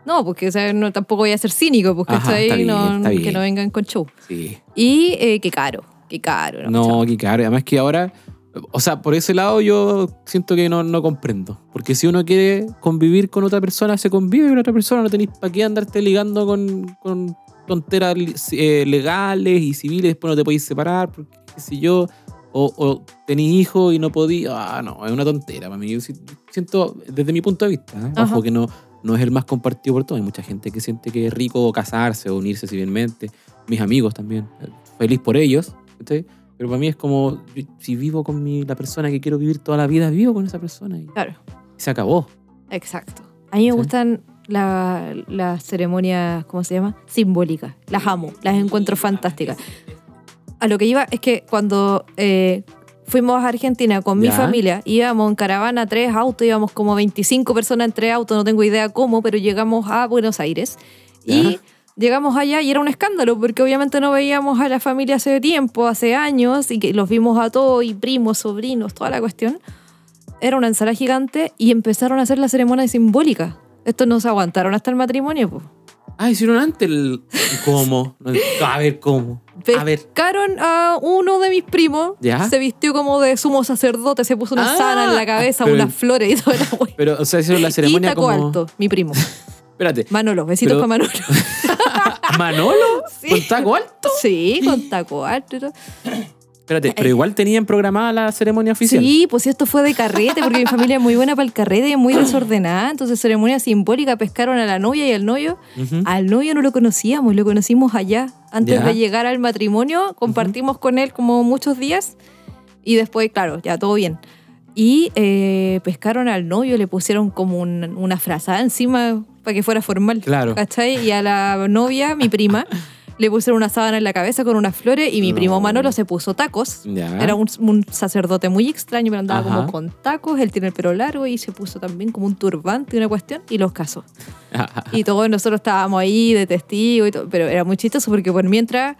A: no, porque o sea, no, tampoco voy a ser cínico, porque
B: Ajá,
A: ¿cachai?
B: está bien,
A: No-
B: está
A: que
B: bien.
A: no vengan con show.
B: Sí.
A: Y eh, qué caro, qué caro. la
B: No, que claro. Además que ahora, o sea, por ese lado yo siento que no, no comprendo. Porque si uno quiere convivir con otra persona, se convive con otra persona. No tenéis para qué andarte ligando con, con tonteras eh, legales y civiles. Después no te podéis separar, porque qué sé yo. O, o tenéis hijos y no podís. Ah, no, es una tontera para mí. Yo si- siento, desde mi punto de vista, ¿eh?
A: Ajá.
B: ojo que no, no es el más compartido por todos. Hay mucha gente que siente que es rico casarse o unirse civilmente. Mis amigos también. eh, Feliz por ellos. ¿cachai? Pero para mí es como, yo- si vivo con mi- la persona que quiero vivir toda la vida, vivo con esa persona y
A: Claro.
B: se acabó.
A: Exacto. A mí me
B: ¿Sí?
A: gustan la- las ceremonias, ¿cómo se llama? Simbólicas. Las amo, las encuentro fantásticas. A lo que iba es que cuando eh, fuimos a Argentina con mi
B: Ya.
A: familia, íbamos en caravana, tres autos, íbamos como 25 personas en tres autos, no tengo idea cómo, pero llegamos a Buenos Aires. Y
B: Ya.
A: llegamos allá y era un escándalo, porque obviamente no veíamos a la familia hace tiempo, hace años, y que los vimos a todos, y primos, sobrinos, toda la cuestión. Era una ensalada gigante y empezaron a hacer la ceremonia simbólica. Estos no se aguantaron hasta el matrimonio, pues.
B: Ah, hicieron antes el... ¿Cómo? No, A ver, ¿cómo? A ver.
A: Pescaron a uno de mis primos,
B: ¿Ya?
A: se vistió como de sumo sacerdote, se puso una
B: Ah,
A: sana en la cabeza,
B: pero-
A: unas flores y toda la wea.
B: Pero, o sea, hicieron la
A: Y
B: ceremonia
A: taco
B: como...
A: alto, mi primo.
B: Espérate.
A: Manolo, besitos
B: Pero-
A: con Manolo.
B: ¿Manolo?
A: Sí.
B: ¿Con taco alto?
A: Sí, con taco alto. y todo.
B: Espérate, pero igual tenían programada la ceremonia oficial.
A: Sí, pues esto fue de carrete, porque mi familia es muy buena para el carrete y es muy desordenada. Entonces, ceremonia simbólica, pescaron a la novia y al novio.
B: Ujú.
A: Al novio no lo conocíamos, lo conocimos allá. Antes
B: Ya.
A: de llegar al matrimonio, compartimos con él como muchos días. Y después, claro, ya todo bien. Y eh, pescaron al novio, le pusieron como un- una frazada encima para que fuera formal.
B: Claro.
A: ¿Cachai? Y a la novia, mi prima, le pusieron una sábana en la cabeza con unas flores y mi
B: No.
A: primo Manolo se puso tacos.
B: Ya.
A: Era un, un sacerdote muy extraño, pero andaba
B: Ajá.
A: como con tacos, él tiene el pelo largo y se puso también como un turbante, una cuestión, y los casó.
B: Ah,
A: Y todos nosotros estábamos ahí de testigo y todo, pero era muy chistoso porque por mientras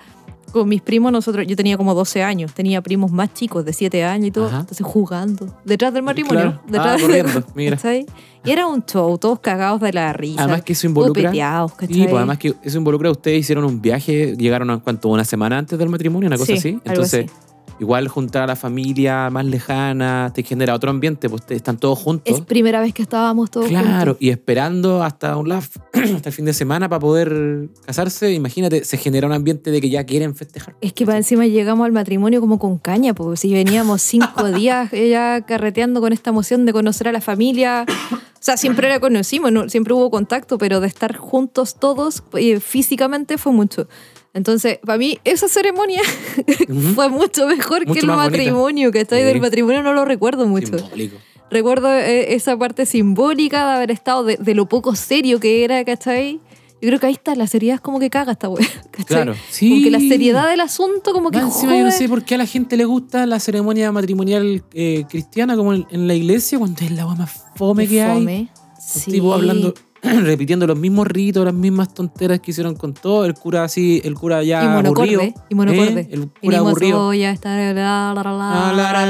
A: con mis primos nosotros, yo tenía como 12 años, tenía primos más chicos de 7 años y todo,
B: Ajá.
A: entonces jugando, detrás del matrimonio,
B: Claro. Ah,
A: detrás de-
B: corriendo, mira.
A: ¿cachai? Y era un show, todos cagados de la risa.
B: Además que eso
A: todos
B: involucra...
A: peteados,
B: Sí,
A: ¿cachai?
B: pues además que eso involucra, ustedes hicieron un viaje, llegaron a cuánto, una semana antes del matrimonio, una cosa
A: Sí,
B: así.
A: algo
B: Entonces,
A: así.
B: igual juntar a la familia más lejana te genera otro ambiente, pues ustedes están todos
A: Es
B: juntos.
A: primera vez que estábamos todos
B: claro,
A: juntos.
B: y esperando hasta un laf- hasta el fin de semana para poder casarse, imagínate, se genera un ambiente de que ya quieren festejar.
A: Es que para encima llegamos al matrimonio como con caña, porque si veníamos cinco días eh, ya carreteando con esta emoción de conocer a la familia. O sea, siempre la conocimos, ¿no? siempre hubo contacto, pero de estar juntos todos eh, físicamente fue mucho. Entonces, para mí, esa ceremonia
B: Ujú.
A: fue mucho mejor que
B: Mucho
A: el
B: más bonita.
A: matrimonio, que estoy
B: Sí.
A: del matrimonio no lo recuerdo mucho.
B: Simbólico.
A: Recuerdo eh, esa parte simbólica de haber estado, de, de lo poco serio que era, ¿cachai? Yo creo que ahí está, la seriedad es como que caga esta wea, ¿cachai?
B: Claro, sí.
A: Como que la seriedad del asunto como que
B: Más Ah, encima yo no
A: jode.
B: sé por qué a la gente le gusta la ceremonia matrimonial eh, cristiana como en, en la iglesia cuando es la agua más fome que hay.
A: Fome.
B: Un
A: Sí.
B: tipo hablando repitiendo los mismos ritos, las mismas tonteras que hicieron con todo. El cura así, el cura ya
A: y monocorde.
B: aburrido.
A: Y monocorde.
B: ¿eh? El cura
A: Vinimos
B: aburrido.
A: hoy a estar- la, la, la, la,
B: Ah, la, la,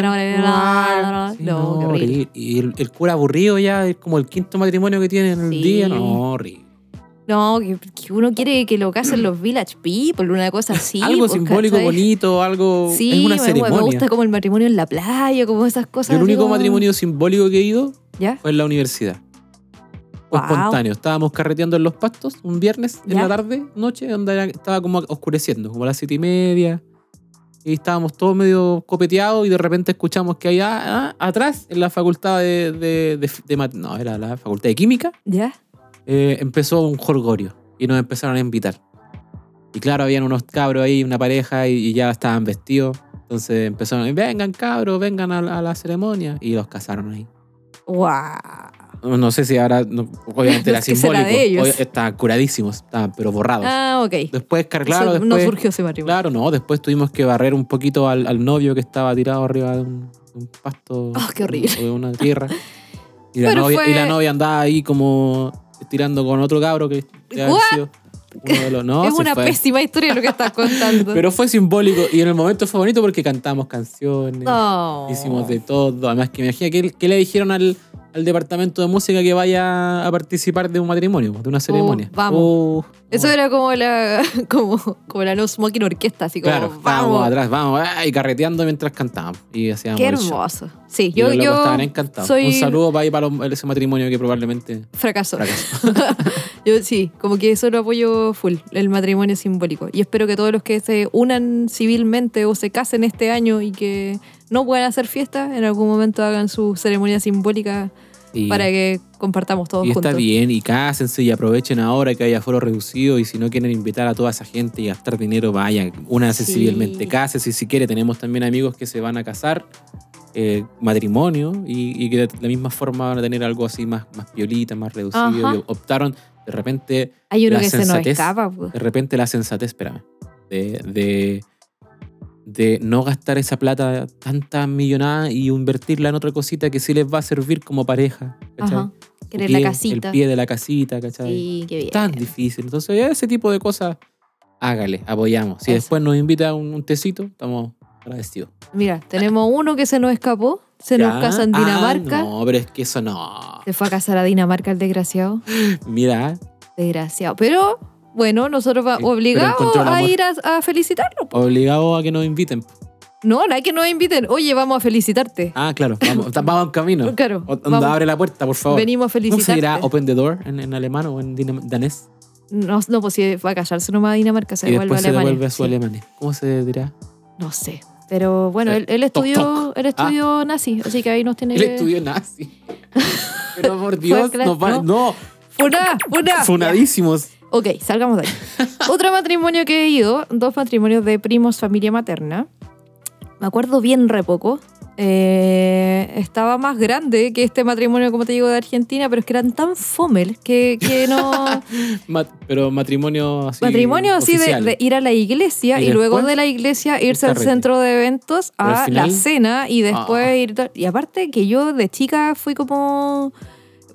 B: la, la,
A: la,
B: Sí,
A: No,
B: no,
A: qué horrible.
B: horrible. Y el, el cura aburrido ya es como el quinto matrimonio que tiene en el
A: Sí.
B: día. No, horrible.
A: No, que, que uno quiere que lo casen los village people, una cosa así.
B: algo
A: pues,
B: simbólico,
A: ¿cachai?
B: bonito, algo.
A: Sí,
B: es una
A: me-
B: ceremonia.
A: Me gusta como el matrimonio en la playa, como esas
B: Yo
A: cosas.
B: el
A: así
B: único
A: como-
B: matrimonio simbólico que he ido
A: ¿Ya?
B: fue en la universidad. Fue
A: Wow.
B: espontáneo. Estábamos carreteando en los pastos un viernes en
A: Ya.
B: la tarde, noche, donde era- estaba como oscureciendo, como a las siete y media. Y estábamos todos medio copeteados y de repente escuchamos que allá ah, atrás, en la facultad de, de, de- de mat- No, era la facultad de química,
A: ¿Ya?
B: eh, empezó un jorgorio y nos empezaron a invitar. Y claro, habían unos cabros ahí, una pareja, y, y ya estaban vestidos. Entonces empezaron, vengan cabros, vengan a, la- a la ceremonia. Y los casaron ahí.
A: ¡Guau!
B: No, no sé si ahora, no, obviamente era
A: Es que será
B: simbólico.
A: de ellos.
B: Obvia- estaban curadísimos, estaban pero borrados.
A: Ah, ok.
B: después, car- claro,
A: Eso
B: después,
A: no surgió ese matrimonio.
B: claro, no, después tuvimos que barrer un poquito al, al novio que estaba tirado arriba de un, un pasto
A: Ah, qué horrible.
B: o de una tierra. Y la,
A: Pero
B: novia,
A: fue-
B: y la novia andaba ahí como tirando con otro cabro que debe haber
A: ¿What?
B: sido uno de los- no,
A: es
B: se
A: una
B: fue.
A: pésima historia lo que estás contando.
B: Pero fue simbólico y en el momento fue bonito porque cantamos canciones.
A: Ah, no.
B: Hicimos de todo. Además, que imagina, ¿qué, qué le dijeron al, al departamento de música que vaya a participar de un matrimonio, de una ceremonia?
A: Oh, vamos.
B: Uh,
A: Eso era como la, como, como la No Smoking Orquesta, así como,
B: Claro,
A: vamos.
B: vamos atrás, vamos, ah, y carreteando mientras cantábamos. Y hacíamos
A: Qué
B: el show.
A: hermoso. Sí,
B: Y
A: yo,
B: los locos
A: yo
B: estaban encantados.
A: soy-
B: Un saludo para, ahí para los- ese matrimonio que probablemente
A: fracaso.
B: fracasó.
A: Yo sí, como que eso lo apoyo full, el matrimonio simbólico. Y espero que todos los que se unan civilmente o se casen este año y que no puedan hacer fiesta, en algún momento hagan su ceremonia simbólica
B: Y,
A: para que compartamos todos
B: y está
A: juntos.
B: bien, y cásense y aprovechen ahora que hay aforo reducido. Y si no quieren invitar a toda esa gente y gastar dinero, vayan, únanse
A: Sí.
B: civilmente, cásense. Y si quiere, tenemos también amigos que se van a casar, eh, matrimonio, y, y que de la misma forma van a tener algo así más, más piolita, más reducido.
A: Ajá.
B: Y optaron de repente
A: Hay uno
B: la
A: que se nos
B: sensatez.
A: escapa. pues.
B: de repente la sensatez, espérame, de, de, de no gastar esa plata, tanta millonada, y invertirla en otra cosita que sí les va a servir como pareja. ¿cachai?
A: Ajá.
B: El
A: Querer la
B: pie-
A: casita.
B: El pie de la casita, ¿cachai?
A: Sí, qué bien.
B: Tan difícil. Entonces, ese tipo de cosas, hágale, apoyamos. Si
A: Eso.
B: después nos invita a un, un tecito, estamos agradecidos.
A: Mira, tenemos uno que se nos escapó, se nos
B: ¿Ya?
A: casa en
B: Ah,
A: Dinamarca.
B: no, pero es que eso no.
A: Se fue a casar a Dinamarca el desgraciado.
B: Mira,
A: Desgraciado. Pero bueno, nosotros va-
B: Sí, pero
A: obligados
B: encontró el
A: a
B: amor.
A: ir a, a felicitarlo. po.
B: obligado a que nos inviten.
A: No, no hay que nos inviten. Oye, vamos a felicitarte.
B: Ah, claro, vamos, vamos en camino.
A: Claro,
B: O- onda,
A: vamos.
B: abre la puerta, por favor.
A: Venimos a
B: ¿Cómo se
A: felicitarte.
B: dirá open the door en, en alemán o en dinam- danés?
A: No, no, pues si va a callarse nomás a Dinamarca, se
B: y
A: devuelve a
B: después se
A: Alemania.
B: devuelve a su
A: Sí,
B: Alemania. ¿Cómo se dirá?
A: No sé. Pero bueno,
B: Eh,
A: él, él
B: toc,
A: estudió,
B: toc. Ah.
A: Él estudió nazi, así que ahí nos tiene
B: El
A: que-
B: estudio nazi. Pero por Dios,
A: Eh. cla-
B: nos va- no,
A: ¡Funá! ¡Funá!
B: funadísimos.
A: Ok, salgamos de ahí. Otro matrimonio que he ido, dos matrimonios de primos, familia materna. Me acuerdo bien re poco. Eh, estaba más grande que este matrimonio, como te digo, de Argentina, pero es que eran tan fomel que, que no...
B: Ma- pero matrimonio así.
A: matrimonio así de,
B: oficial.
A: de ir a la iglesia
B: ¿Y
A: y, luego
B: después?
A: de la iglesia irse al
B: carrete.
A: centro de eventos
B: Pero al
A: a la
B: final-
A: cena y después
B: Ah.
A: ir... Y aparte que yo de chica fui como...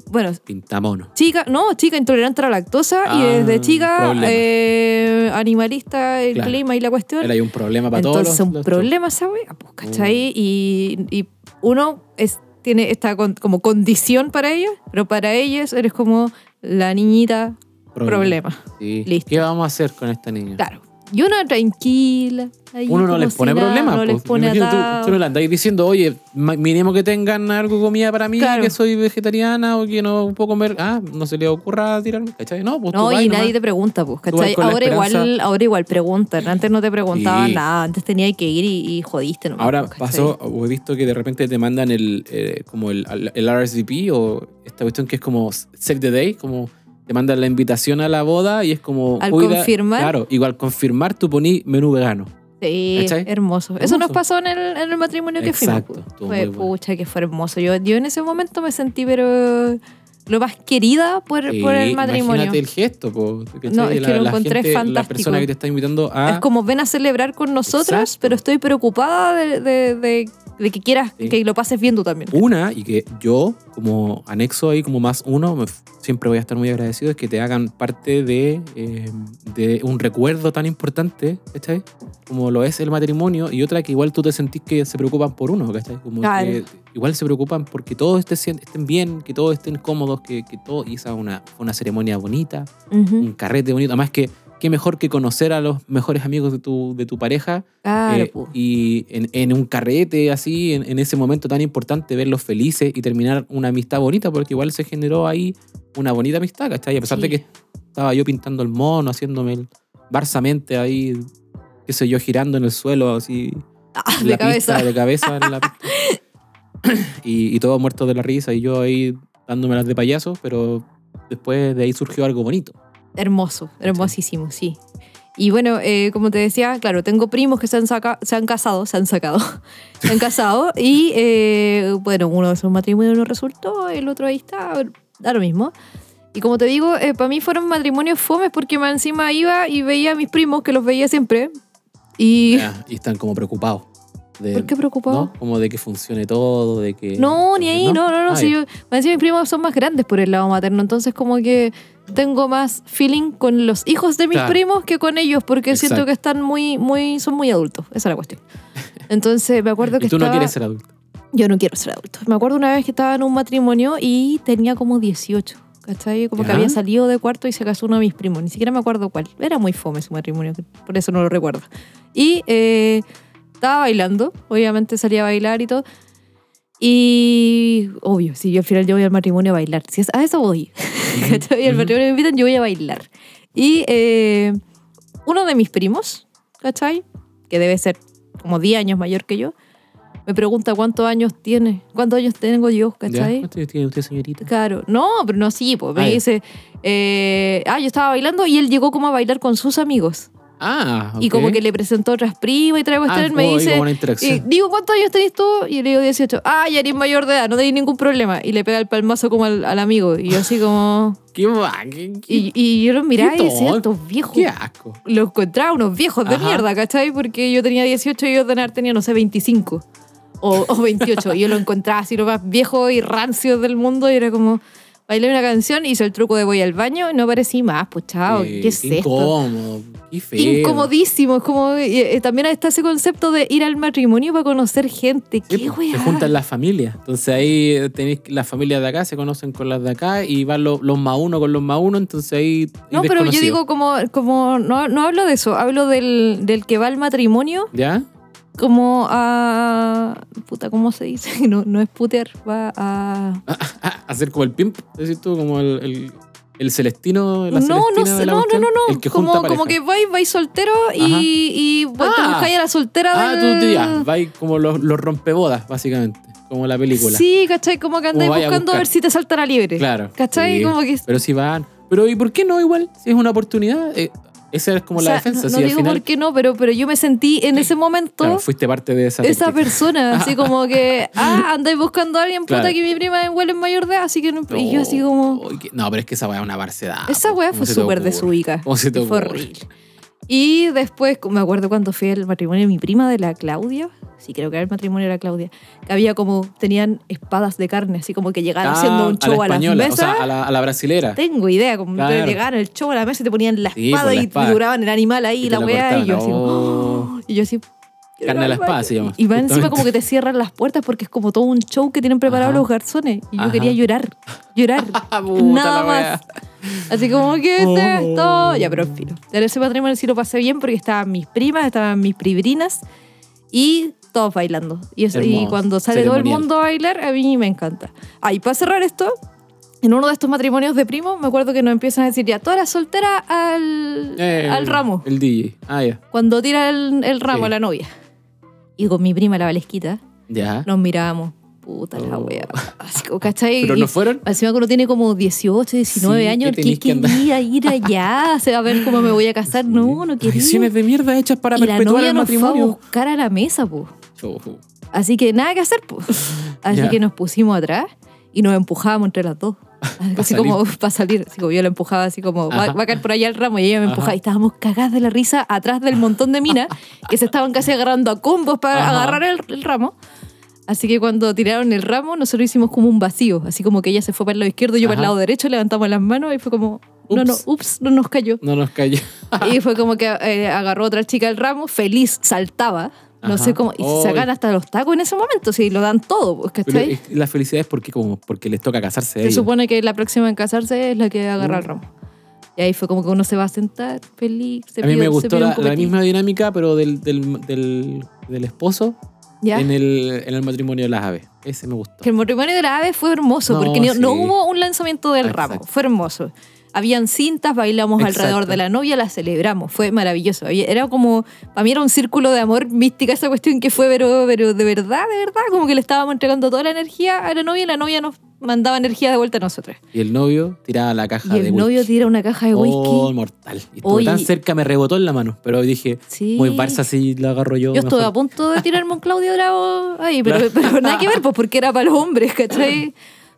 A: Bueno,
B: Pintamono.
A: Chica, no, chica intolerante a la lactosa y
B: Ah,
A: desde chica
B: problema.
A: eh, animalista, el
B: Claro.
A: clima y la cuestión.
B: Era ahí un problema para todos.
A: Entonces
B: los-
A: un
B: los- Mm.
A: problema esa wea, pues, ¿cachai? Y, y uno es, tiene esta con- como condición para ellos, pero para ellos eres como la niñita problema.
B: Sí.
A: Listo.
B: ¿Qué vamos a hacer con esta niña?
A: Claro. Y una tranquila. ahí
B: Uno no
A: como
B: les
A: si
B: pone
A: nada,
B: problema.
A: No
B: po.
A: les pone
B: Imagínate,
A: atado.
B: tú, tú no le andáis diciendo, oye, ma- mínimo que tengan algo de comida para mí,
A: Claro.
B: que soy vegetariana o que no puedo comer. Ah, no se le ocurra tirarme, ¿cachai? No, pues tú
A: No,
B: vas
A: y
B: nomás.
A: nadie te pregunta, pues,
B: Tú vas
A: ¿cachai?
B: con la
A: Ahora igual,
B: esperanza.
A: ahora igual preguntan. Antes no te preguntaban
B: Sí.
A: nada, antes tenía que ir y, y jodiste nomás,
B: Ahora
A: pues, ¿cachai?
B: pasó, o he visto que de repente te mandan el eh, como el, al- el RSVP o esta cuestión que es como Save the Day, como te mandan la invitación a la boda y es como...
A: Al confirmar.
B: Claro, igual confirmar tú poní menú vegano.
A: Sí,
B: ¿Cachai?
A: hermoso. Eso
B: Hermoso.
A: nos pasó en el, en el matrimonio que
B: Exacto,
A: fuimos.
B: estuvo
A: Fue,
B: muy bueno.
A: pucha, que fue hermoso. Yo, yo en ese momento me sentí, pero lo más querida por, por
B: Eh,
A: el matrimonio.
B: Imagínate el gesto, po, ¿cachai?
A: No, es que lo encontré
B: La
A: fantástico.
B: persona que te está invitando a...
A: Es como ven a celebrar con nosotros,
B: ah. Exacto.
A: pero estoy preocupada de, de- de de que quieras
B: Sí.
A: que lo pases bien tú también.
B: Una, y que yo, como anexo ahí, como más uno, me f- siempre voy a estar muy agradecido, es que te hagan parte de, eh, de un recuerdo tan importante, ¿cachai? Como lo es el matrimonio, y otra que igual tú te sentís que se preocupan por uno, ¿cachai? Como
A: Claro.
B: que igual se preocupan porque todos estén, estén bien, que todos estén cómodos, que, que todo, y esa es una, fue una ceremonia bonita,
A: Ujú.
B: un carrete bonito, además que qué mejor que conocer a los mejores amigos de tu, de tu pareja
A: Claro, pues.
B: eh,
A: po.
B: y en, en un carrete así, en, en ese momento tan importante, verlos felices y terminar una amistad bonita, porque igual se generó ahí una bonita amistad, ¿cachai? A pesar de
A: Sí.
B: que estaba yo pintando el mono, haciéndome el barsamente ahí, qué sé yo, girando en el suelo, así,
A: Ah,
B: en
A: de
B: la
A: cabeza.
B: pista, de cabeza en la pista. y, y todos muertos de la risa, y yo ahí dándome las de payaso, pero después de ahí surgió algo bonito.
A: Hermoso, hermosísimo, sí. Y bueno, eh, como te decía, claro, tengo primos que se han, saca- se han casado, se han sacado, se han casado y eh, bueno, uno de esos matrimonios no resultó, el otro ahí está, da lo mismo. Y como te digo, para mí fueron matrimonios fomes porque más encima iba y veía a mis primos, que los veía siempre. Y...
B: Ah, y están como preocupados. de-
A: ¿Por qué preocupado?
B: ¿no? Como de que funcione todo, de que...
A: No, ni ahí, no, no, no.
B: Ah,
A: si
B: ya.
A: yo- más encima mis primos son más grandes por el lado materno, entonces como que tengo más feeling con los hijos de mis
B: Claro.
A: primos que con ellos, porque siento
B: Exacto.
A: que están muy, muy, son muy adultos. Esa es la cuestión. Entonces me acuerdo que
B: Y tú no
A: estaba-
B: quieres ser adulto.
A: yo no quiero ser adulto. Me acuerdo una vez que estaba en un matrimonio y tenía como 18. ¿Cachai? Como que
B: Ya.
A: había salido de cuarto y se casó uno de mis primos. Ni siquiera me acuerdo cuál. Era muy fome su matrimonio, por eso no lo recuerdo. Y eh, estaba bailando. Obviamente salía a bailar y todo. Y obvio, si yo al final yo voy al matrimonio a bailar. Si es a eso voy. ¿Cachai? Al
B: Ujú.
A: matrimonio me invitan, yo voy a bailar. Y eh, uno de mis primos, ¿cachai? Que debe ser como 10 años mayor que yo, me pregunta cuántos años tiene, cuántos años tengo yo,
B: ¿Ya?
A: ¿cachai?
B: ¿Cuántos años tiene usted, señorita?
A: Claro, no, pero no así, pues me
B: Ah, ya.
A: dice, eh, ah, yo estaba bailando y él llegó como a bailar con sus amigos.
B: Ah,
A: Y como que le presentó otras primas y trae cuestiones, me
B: me
A: dice,
B: Ah, oh, Como una
A: y
B: interacción.
A: digo, ¿cuántos años tenés tú? Y le digo 18. Ah, ya eres mayor de edad, no tenés ningún problema. Y le pega el palmazo como al, al amigo. Y yo así como...
B: ¿Qué, va? ¿Qué, qué-
A: Y, y yo los miraba y
B: Qué
A: decía,
B: tonto.
A: estos viejos...
B: qué asco?
A: Los encontraba unos viejos de
B: Ajá.
A: mierda, ¿cachai? Porque yo tenía 18 y yo tener tenía, no sé, 25 o, o 28. y yo lo encontraba así lo más viejo y rancio del mundo y era como... Bailé una canción, hice el truco de voy al baño y no aparecí más, pues chao,
B: Eh,
A: ¿qué es esto?
B: incómodo, qué feo.
A: incomodísimo. Es como eh, eh, también está ese concepto de ir al matrimonio para conocer gente.
B: Sí,
A: ¿Qué
B: pues, se
A: weá?
B: juntan las familias. Entonces ahí tenéis las familias de acá, se conocen con las de acá y van los, los más uno con los más uno, entonces ahí.
A: No,
B: hay
A: pero yo
B: desconocidos.
A: digo como, como no, no hablo de eso, hablo del, del que va al matrimonio
B: ¿Ya?
A: como a... Puta, ¿cómo se dice? No, no es putear, va a...
B: Ah, hacer como el pimp, decís tú, como el, el, el celestino, la
A: No, no,
B: celestina
A: sé,
B: de la
A: no, no,
B: cuestión,
A: no, no.
B: El que junta
A: Como, como que
B: pareja.
A: vais, vais soltero
B: Ajá.
A: y, y bueno, te
B: Ah.
A: buscáis a la soltera
B: Ah,
A: del-
B: tú te ya, vais como los, los rompebodas, básicamente. Como la película.
A: Sí, ¿cachai? Como que andáis
B: Como vaya a
A: buscando a, ver
B: buscar.
A: si te saltan a libre.
B: Claro.
A: ¿Cachai?
B: sí.
A: Como que...
B: Pero si van. Pero ¿y por qué no igual? Si es una oportunidad, eh, esa es como
A: o
B: la
A: sea, No,
B: defensa.
A: no
B: si al
A: digo
B: final,
A: por qué no, pero, pero yo me sentí en ese momento...
B: claro, fuiste parte de esa.
A: esa
B: técnica.
A: persona, así como que, ah, andáis buscando a alguien, puta,
B: Claro.
A: que mi prima igual es mayor de edad, así que no. Y yo, así como,
B: Ay, que- No, pero es que esa weá es una barcedad.
A: esa
B: po.
A: weá
B: ¿Cómo
A: fue
B: se te
A: súper
B: ocurre?
A: desubica.
B: ¿Cómo se te
A: Y Fue
B: ocurre?
A: horrible. Y después, me acuerdo cuando fui al matrimonio de mi prima, de la Claudia, sí, creo que era el matrimonio de la Claudia, que había como, tenían espadas de carne, así como que llegaban
B: Ah,
A: haciendo un show
B: a
A: a,
B: la
A: las
B: española,
A: mesas.
B: o sea, a la, a la brasilera.
A: Tengo idea, como que
B: Claro.
A: llegaban el show a la mesa y te ponían la
B: Sí,
A: espada,
B: pues, la
A: y
B: espada.
A: figuraban el animal ahí,
B: Y te
A: la
B: la
A: weá, y
B: cortaban.
A: yo así, como,
B: Oh.
A: "Oh", y yo así, quiero
B: Carne
A: ir
B: a la
A: al
B: espada
A: baño.
B: se llama,
A: Y van encima
B: justamente.
A: como que te cierran las puertas porque es como todo un show que tienen preparado
B: Ajá.
A: los garzones. Y yo
B: Ajá.
A: quería llorar, llorar,
B: Ah, puta
A: nada
B: la weá.
A: más. Así como, ¿qué es
B: Oh.
A: esto? Ya, pero en fin. En ese matrimonio sí lo pasé bien porque estaban mis primas, estaban mis pribrinas y todos bailando. Y, eso- y
B: Hermoso.
A: cuando sale todo el
B: Ceremonial.
A: mundo a bailar, a mí me encanta. Ah, y para cerrar esto, en uno de estos matrimonios de primo, me acuerdo que nos empiezan a decir ya, todas las solteras al,
B: Eh,
A: al ramo.
B: El DJ. Ah, ya.
A: Cuando tira el, el ramo
B: Sí.
A: a la novia. Y con mi prima, la Valesquita,
B: Ya.
A: nos mirábamos. Puta la
B: Oh.
A: wea. Así como, ¿cachai?
B: Pero
A: Y-
B: no fueron.
A: Encima que uno tiene como 18, 19
B: Sí,
A: años,
B: que
A: ¿qué
B: tenés que andar.
A: quería ir allá? Se va a ver cómo me voy a casar. No, no quería.
B: Decisiones de mierda hechas para
A: y la
B: perpetuar
A: novia
B: el
A: nos fue a
B: matrimonio.
A: buscar a la mesa, po.
B: Chojo.
A: Así que nada que hacer, po. Así
B: Ya.
A: que nos pusimos atrás y nos empujábamos entre las dos. Así
B: salir.
A: como para salir. Así como yo la empujaba, así como va,
B: Ajá.
A: va a caer por allá el ramo y ella me
B: Ajá.
A: empujaba. Y estábamos cagadas de la risa atrás del montón de minas que se estaban casi agarrando a combos para
B: Ajá.
A: agarrar el, el ramo. Así que cuando tiraron el ramo, nosotros hicimos como un vacío, así como que ella se fue para el lado izquierdo, yo para el
B: Ajá.
A: lado derecho, levantamos las manos y fue como, no,
B: Ups.
A: no, ups, no nos cayó.
B: No nos cayó.
A: Y fue como que eh, agarró otra chica el ramo, feliz, saltaba. No
B: Ajá.
A: sé cómo. Y se
B: Oy.
A: sacan hasta los tacos en ese momento, si lo dan todo, pues,
B: Pero
A: ¿cachai?
B: es- la felicidad es porque, como, porque les toca casarse
A: Se
B: a ellos.
A: supone que la próxima en casarse es la que agarra el
B: Mm.
A: ramo. Y ahí fue como que uno se va a sentar, feliz, se
B: A mí
A: pide-
B: me
A: se
B: gustó
A: pide un
B: la, la
A: copetín.
B: misma dinámica, pero del, del, del, del esposo
A: ¿Ya?
B: en el, en el matrimonio de las aves. Ese me gustó.
A: Que el matrimonio de la ave fue hermoso,
B: No,
A: porque ni- no,
B: sí.
A: hubo un lanzamiento del
B: Exacto.
A: ramo, fue hermoso. Habían cintas, bailamos alrededor
B: Exacto.
A: de la novia, la celebramos, fue maravilloso. Había- Era como, para mí era un círculo de amor mística esa cuestión que fue, pero, pero de verdad, de verdad, como que le estábamos entregando toda la energía a la novia y la novia nos mandaba energía de vuelta a nosotros.
B: Y el novio tiraba la caja
A: Y
B: de
A: el novio
B: whisky.
A: tira una caja de whisky.
B: Oh, mortal. Y estuvo
A: Oye.
B: tan cerca, me rebotó en la mano. Pero dije,
A: Sí.
B: muy Barça si la agarro yo.
A: Yo estuve a
B: mejor.
A: punto de tirarme un Claudio Bravo ahí, pero, pero nada que ver, pues porque era para los hombres, ¿cachai?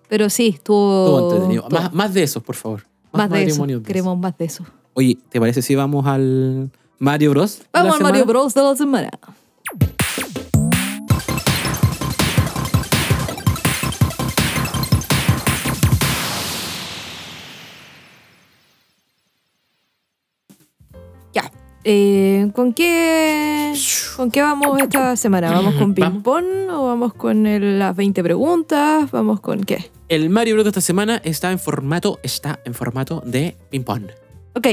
A: Pero sí, estuvo.
B: Estuvo entretenido.
A: estuvo-
B: Más, más de esos, por favor.
A: más de eso.
B: matrimonios de
A: Queremos más de eso.
B: esos. Oye, ¿te parece si vamos al Mario Bros? de la
A: Vamos al Mario
B: semana?
A: Bros. de la semana. Ya. Eh, ¿Con qué con qué vamos esta semana? ¿Vamos con
B: Vamos.
A: ping-pong o vamos con el- las 20 preguntas? ¿Vamos con qué?
B: El Mario Bros de esta semana está en formato, está en formato de ping-pong.
A: Ok.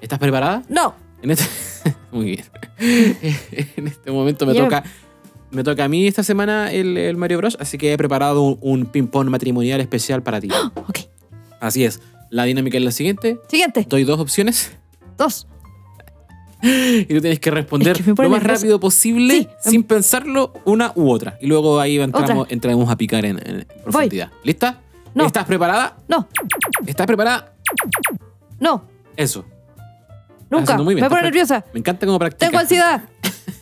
B: ¿Estás preparada?
A: No.
B: En este... Muy bien. en este momento me
A: Ya.
B: toca, me toca a mí esta semana el, el Mario Bros. Así que he preparado un, un ping-pong matrimonial especial para ti.
A: Ok.
B: Así es. La dinámica es la siguiente.
A: Siguiente.
B: Doy dos opciones
A: Dos.
B: y tú tienes que responder
A: Es que me pone
B: lo más
A: nerviosa.
B: rápido posible,
A: Sí. em.
B: sin pensarlo, una u otra. Y luego ahí entramos,
A: Otra.
B: entramos a picar en, en profundidad. ¿Lista?
A: No.
B: ¿Estás preparada?
A: No.
B: ¿Estás preparada?
A: No.
B: Eso.
A: Nunca.
B: haciendo muy bien.
A: Me pone
B: Estás-
A: nerviosa.
B: Me encanta cómo practicas.
A: Tengo ansiedad.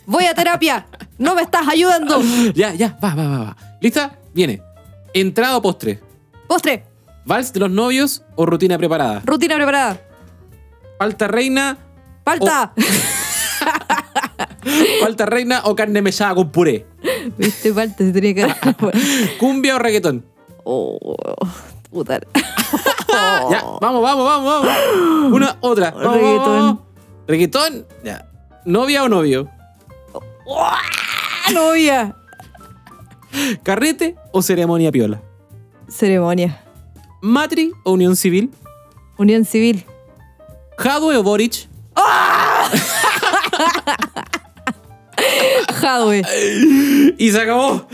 A: Voy a terapia. No me estás ayudando.
B: Ya, ya, va, va, va, va. ¿Lista? Viene. Entrada o postre.
A: Postre.
B: Vals de los novios o rutina preparada.
A: Rutina preparada.
B: Falta reina,
A: Falta.
B: falta reina o carne mechada con puré.
A: Viste, falta. Se tenía que.
B: Cumbia o reggaetón.
A: oh, puta.
B: Ya, vamos, vamos, vamos, vamos. Una, otra. Vamos, vamos,
A: Reggaetón.
B: vamos. Reggaetón. Ya. ¿Novia o novio?
A: Ah, Novia.
B: ¿Carrete o ceremonia piola?
A: Ceremonia.
B: ¿Matri o unión civil?
A: Unión civil.
B: ¿Jadwe o Boric?
A: Jadwe.
B: Y se acabó.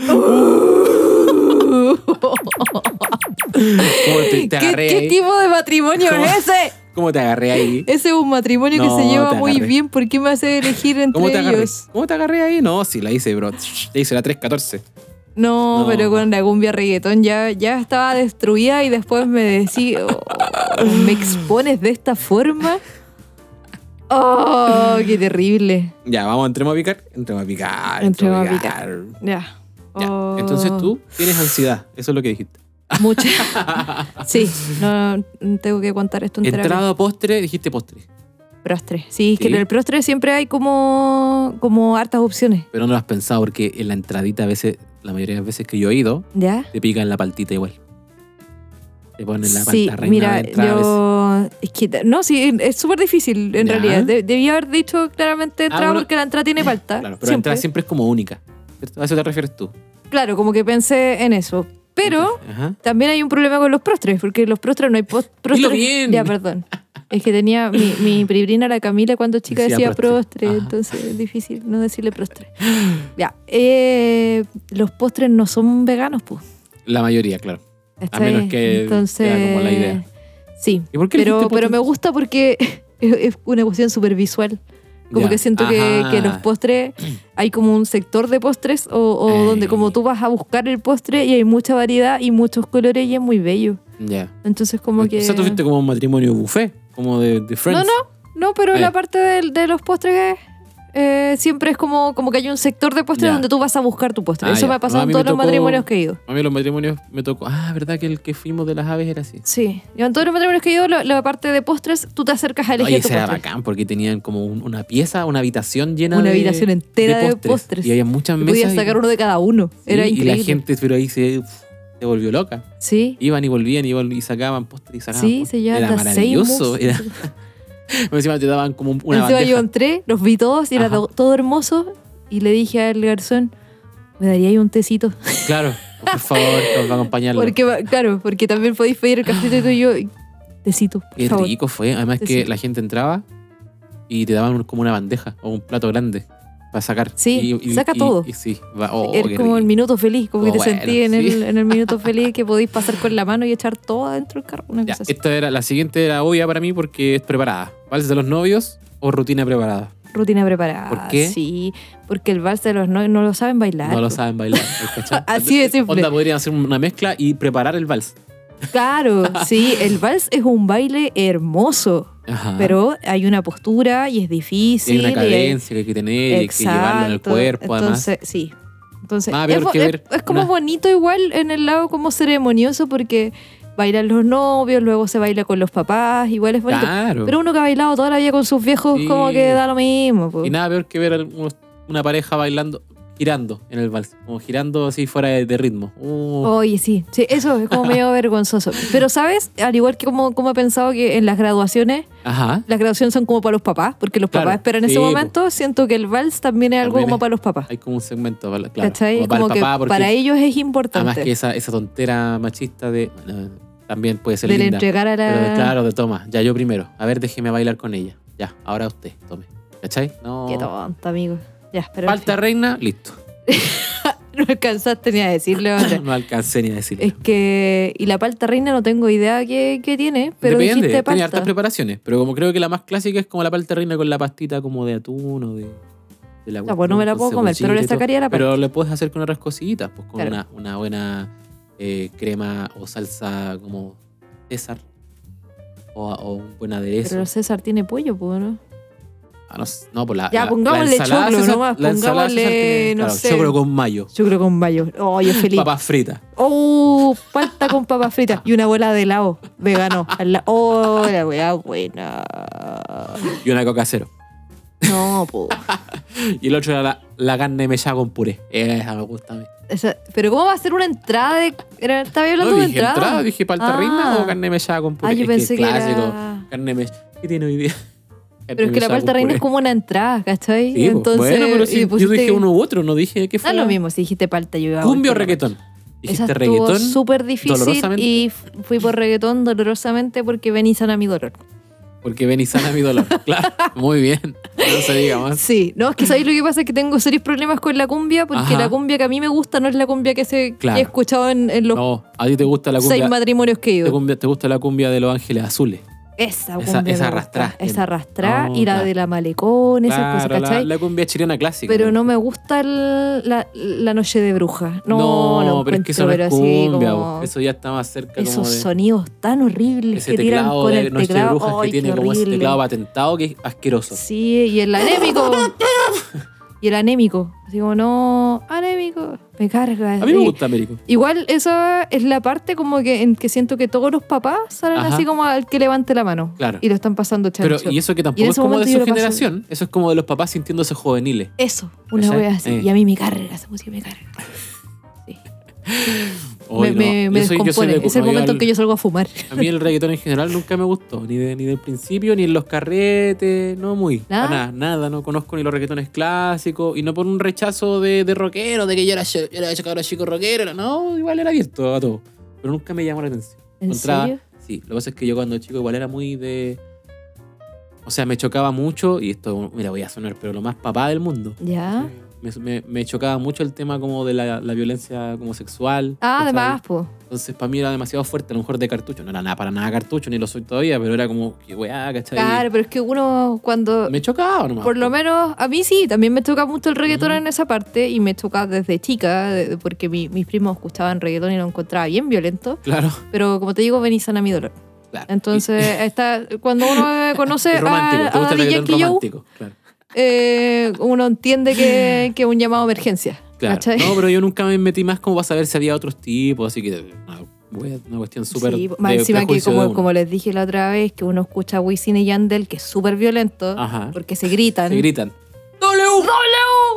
B: ¿Cómo te, te
A: ¿Qué,
B: agarré
A: qué
B: ahí?
A: tipo de matrimonio
B: ¿Cómo?
A: es ese?
B: ¿Cómo te agarré ahí?
A: Ese es un matrimonio
B: No,
A: que se lleva
B: te
A: muy
B: agarré.
A: bien. ¿Por qué me hace elegir entre
B: ¿Cómo te agarré?
A: ellos?
B: ¿Cómo te agarré ahí? No, sí, la hice, bro. Te hice la 314.
A: No,
B: No.
A: pero con la cumbia reggaetón ya, ya estaba destruida y después me decís, "Oh, me expones de esta forma. Oh, qué terrible.
B: Ya, vamos, entremos a picar. Entremos a picar.
A: Entremos a
B: picar.
A: Ya.
B: Ya.
A: Oh.
B: Entonces tú tienes ansiedad. Eso es lo que dijiste.
A: Mucha. Sí, no, tengo que contar esto entero.
B: Entrada postre, dijiste postre.
A: Prostre. Sí, es que
B: Sí.
A: en el prostre siempre hay como, como hartas opciones.
B: Pero no lo has pensado porque en la entradita a veces, la mayoría de las veces que yo he ido,
A: ¿Ya?
B: te pican la paltita igual. Te ponen la palta
A: Sí,
B: reina de
A: mira,
B: entrada a veces.
A: yo. Es que, no, sí, es súper difícil en
B: Ya. Ah,
A: realidad. De- debía haber dicho claramente entrada
B: bueno.
A: porque la entrada tiene falta.
B: Claro, pero la entrada siempre es como única. ¿cierto? A eso te refieres tú.
A: Claro, como que pensé en eso. Pero
B: Ajá.
A: también hay un problema con los prostres, porque los prostres no hay post-
B: Dilo
A: prostres.
B: bien.
A: Ya, perdón. Es que tenía mi, mi pribrina, la Camila, cuando chica
B: Decía Ah.
A: decía
B: prostre.
A: prostre,
B: Ajá.
A: entonces es difícil no decirle prostre. Ya, eh, los postres no son veganos, pues. Este,
B: La mayoría, claro. menos que sea como la idea.
A: Sí,
B: ¿Y por qué
A: pero,
B: elegiste
A: pero
B: postres?
A: me gusta porque es es una cuestión súper visual. Como
B: Ya.
A: que siento que,
B: Ajá.
A: que los postres, hay como un sector de postres o, o
B: Ey.
A: donde como tú vas a buscar el postre y hay mucha variedad y muchos colores y es muy bello.
B: Ya.
A: Entonces como que...
B: O sea, tú fuiste como un matrimonio buffet, como de, de Friends.
A: No, no, pero
B: Eh.
A: la parte del- de, los postres es, eh, siempre es como, como que hay un sector de postres
B: Ya.
A: donde tú vas a buscar tu postre.
B: Ah,
A: Eso
B: ya.
A: me ha pasado
B: No, a
A: en
B: mí
A: todos
B: me
A: los
B: tocó-
A: matrimonios que he ido.
B: A mí los matrimonios me tocó. Ah, ¿verdad que el que fuimos de las aves era así?
A: Sí. Yo en todos los matrimonios que he ido, lo- la parte de postres, tú te acercas a elegir
B: Oye,
A: tu
B: ese era
A: Ah, postre.
B: bacán porque tenían como un- una pieza, una habitación llena
A: Una
B: de
A: habitación entera de postres.
B: Y había muchas
A: Y
B: mesas.
A: Podías
B: y-
A: sacar uno de cada uno. era
B: sí,
A: increíble.
B: Y la gente, pero ahí se, uf, se volvió loca.
A: Sí.
B: Iban y volvían y, vol- y sacaban postres y sacaban
A: Sí,
B: postres.
A: se llevaban
B: pues. Era
A: las seis
B: maravilloso.
A: mousse.
B: Era... Encima te daban como una
A: Encima yo
B: bandeja.
A: entré, los vi todos y era
B: Ajá.
A: to- todo hermoso. Y le dije al garzón, ¿me daría ahí un tecito?
B: Claro, por favor, nos va a acompañarlo.
A: Porque, va- claro, porque también podéis pedir el cafecito y yo, y- tecito, por
B: Qué
A: favor.
B: rico fue. Además
A: Sí,
B: que
A: sí.
B: la gente entraba y te daban un- como una bandeja o un plato grande para sacar.
A: Sí,
B: Y- y-
A: saca
B: y-
A: todo.
B: y sí, va- oh,
A: Era
B: qué
A: como el
B: rico.
A: minuto feliz, como que
B: Oh,
A: te
B: bueno,
A: sentí en,
B: sí.
A: el, en el minuto feliz que podéis pasar con la mano y echar todo adentro del carro. Una
B: Ya, eh,
A: cosa así.
B: esta era, la siguiente era obvia para mí porque es preparada. ¿Vals de los novios o rutina preparada?
A: Rutina preparada.
B: ¿Por qué?
A: Sí, porque el vals de los no, no lo saben bailar. pues.
B: No lo saben bailar. ¿me cachai?
A: Así de simple.
B: Onda, podrían hacer una mezcla y preparar el vals.
A: Claro, sí, el vals es un baile hermoso,
B: Ajá.
A: pero hay una postura y es difícil.
B: Ah. Hay una
A: y hay-
B: cadencia que hay que tener, y hay que llevarlo en el
A: Exacto.
B: cuerpo, además.
A: Entonces, sí. Entonces,
B: Nada
A: es,
B: peor
A: bo-
B: que
A: es-
B: ver
A: es como
B: una-
A: bonito igual en el lado como ceremonioso porque bailan los novios, luego se baila con los papás, igual es bonito.
B: Claro.
A: Pero uno que ha bailado toda la vida con sus viejos
B: Sí.
A: como que da lo mismo. po.
B: Y nada peor que ver a unos- una pareja bailando, girando en el vals, como girando así fuera de, de ritmo. Uh,
A: Oye, sí, sí, eso es como medio vergonzoso. Pero, ¿sabes? Al igual que como, como he pensado que en las graduaciones,
B: Ajá.
A: las graduaciones son como para los papás, porque los
B: Claro,
A: papás esperan
B: sí,
A: ese
B: po.
A: momento, siento que el vals también es algo
B: También
A: como
B: es-
A: para los papás.
B: Hay como un segmento, para- claro,
A: ¿Cachai?
B: como para
A: Como
B: el
A: que
B: papá, porque
A: para ellos es
B: además
A: importante.
B: que esa, esa tontera machista de bueno, también puede ser
A: del
B: linda.
A: entregar a la...
B: pero de- claro, de toma, ya yo primero. A ver, déjeme bailar con ella. Ya, ahora usted, tome. ¿Cachai? No.
A: Qué tonto, amigo. Ya, pero en
B: Falta
A: fin,
B: reina, listo.
A: no alcanzaste ni a decirle otra.
B: no alcancé ni a decirlo.
A: es que... Y la palta reina no tengo idea qué, qué tiene, pero dijiste
B: tiene hartas
A: palta.
B: preparaciones, pero como creo que la más clásica es como la palta reina con la pastita como de atún o de, de la
A: Ya, pues, no me la puedo
B: cuestión, con
A: comer, pero
B: cebollita
A: le
B: y todo.
A: sacaría la
B: Pero
A: palta.
B: le puedes hacer con otras cositas, pues con
A: Claro.
B: una, una buena eh, crema o salsa como César o, o un buen aderezo.
A: Pero el César tiene pollo, pues, ¿no?
B: Ah, no, sé, no, pues la,
A: Ya,
B: la-
A: pongámosle
B: la ensalada
A: choclo
B: César-
A: nomás,
B: la ensalada
A: pongámosle,
B: César tiene,
A: no
B: claro,
A: sé.
B: Choclo con mayo,
A: Yo creo con mayo. Oh, yo feliz.
B: papas fritas.
A: Oh, palta con papas
B: Ah.
A: fritas y una bola de helado vegano. al la- Oh, la weá buena.
B: y una coca cero.
A: No, po.
B: Y el otro era la, la carne mechada con puré. Esa me gusta a mí.
A: Esa- Pero ¿cómo va a ser una entrada de... era- Estaba hablando
B: no,
A: de
B: dije
A: entrada.
B: entrada, dije palta
A: Ah.
B: reina o carne mechada con puré.
A: Ah, yo
B: Es
A: pensé que
B: clásico.
A: era-
B: Carne mechada. ¿Qué tiene hoy día?
A: Pero es que la palta reina es como una entrada, ¿cachai?
B: pues, Sí, pues, bueno, pero
A: y
B: si yo
A: pusiste-
B: dije uno u otro, no dije qué fue.
A: Da lo
B: la-
A: mismo si dijiste palta, yo iba a
B: Cumbia o
A: volver.
B: reggaetón.
A: Esa
B: Dijiste
A: estuvo
B: reggaetón.
A: súper difícil
B: dolorosamente.
A: y f- fui por reggaetón dolorosamente porque ven y sana mi dolor.
B: Porque ven y sana mi dolor. claro, muy bien. No se diga más.
A: Sí, no, es que sabéis lo que pasa es que tengo serios problemas con la cumbia porque
B: Ajá.
A: la cumbia que a mí me gusta no es la cumbia que, se, que
B: Claro.
A: he escuchado en, en los
B: No, a ti te gusta la
A: seis
B: cumbia.
A: matrimonios que he
B: Te,
A: ido.
B: cumbia- te gusta la cumbia de los ángeles azules.
A: Esa
B: Esa-
A: cumbia. me
B: esa
A: gusta.
B: arrastrá.
A: Esa arrastrá
B: No,
A: y la
B: claro.
A: de la malecón, esas
B: Claro,
A: cosas,
B: la,
A: ¿cachai?
B: la cumbia chilena clásica. pues.
A: Pero no me gusta el- la, la noche de bruja. No, lo
B: pero es que eso no
A: encuentro,
B: es
A: pero así
B: cumbia.
A: como-
B: vos. Eso ya está más cerca como
A: Esos
B: de...
A: sonidos tan horribles
B: ese
A: que tiran
B: teclado
A: con
B: de
A: el
B: Noche de
A: teclado.
B: Brujas
A: Ay,
B: que tiene
A: qué
B: como ese
A: horrible.
B: teclado patentado que es asqueroso.
A: Sí, y el anémico. y el anémico. Así como, no, anémico. Me carga.
B: A mí me
A: Sí.
B: gusta Américo.
A: Igual esa es la parte como que en que siento que todos los papás salen
B: Ajá.
A: así como al que levante la mano.
B: Claro.
A: Y lo están pasando chancho.
B: Pero, y eso que tampoco
A: en
B: es
A: ese
B: como de
A: momento yo
B: su
A: lo paso-
B: generación. Eso es como de los papás sintiéndose juveniles.
A: Eso, una
B: ¿Cachai?
A: wea así.
B: Eh.
A: Y a mí me carga, esa música me carga.
B: Hoy
A: me me-
B: no.
A: me
B: Yo soy- yo soy
A: descompone.
B: de-
A: es el
B: no, yo
A: momento
B: al-
A: en que yo salgo a fumar.
B: A mí el reggaetón en general nunca me gustó. Ni, de- ni del principio, ni en los carretes. No muy.
A: ¿Nada?
B: Pa' Nada, nada. No conozco ni los reggaetones clásicos. Y no por un rechazo de, de rockero, de que yo era, yo era cabrón chico rockero. era- No, igual era abierto a todo. Pero nunca me llamó la atención.
A: ¿En
B: Encontraba-
A: serio?
B: Sí, lo que pasa es que yo cuando chico igual era muy de... O sea, me chocaba mucho, y esto, mira, voy a sonar, pero lo más papá del mundo.
A: Ya.
B: Me, me- me chocaba mucho el tema como de la, la violencia como sexual.
A: Ah,
B: ¿cachai?
A: además, pues.
B: Entonces para mí era demasiado fuerte, a lo mejor de cartucho. No era nada para nada cartucho, ni lo soy todavía, pero era como, qué weá, ¿cachai?
A: Claro, pero es que uno cuando
B: Me chocaba nomás.
A: Por lo menos a mí sí, también me toca mucho el reggaetón
B: Ujú.
A: en esa parte y me toca desde chica, de- porque mi- mis primos escuchaban reggaetón y lo encontraba bien violento,
B: Claro,
A: pero como te digo, venís a mi dolor.
B: claro.
A: Entonces, ah, está, cuando uno eh,
B: Y-
A: conoce
B: es romántico,
A: a,
B: te
A: a
B: gusta el
A: DJ
B: reggaetón
A: Killou,
B: romántico. Claro.
A: eh, uno entiende que es un llamado a emergencia.
B: Claro.
A: ¿cachai?
B: No, pero yo nunca me metí más como para saber si había otros tipos, así que una, wea- una cuestión súper.
A: Sí, más
B: de
A: encima que
B: prejuicio de
A: como,
B: uno.
A: como les dije la otra vez, que uno escucha a Wisin y Yandel, que es súper violento,
B: Ajá.
A: porque se gritan.
B: Se gritan.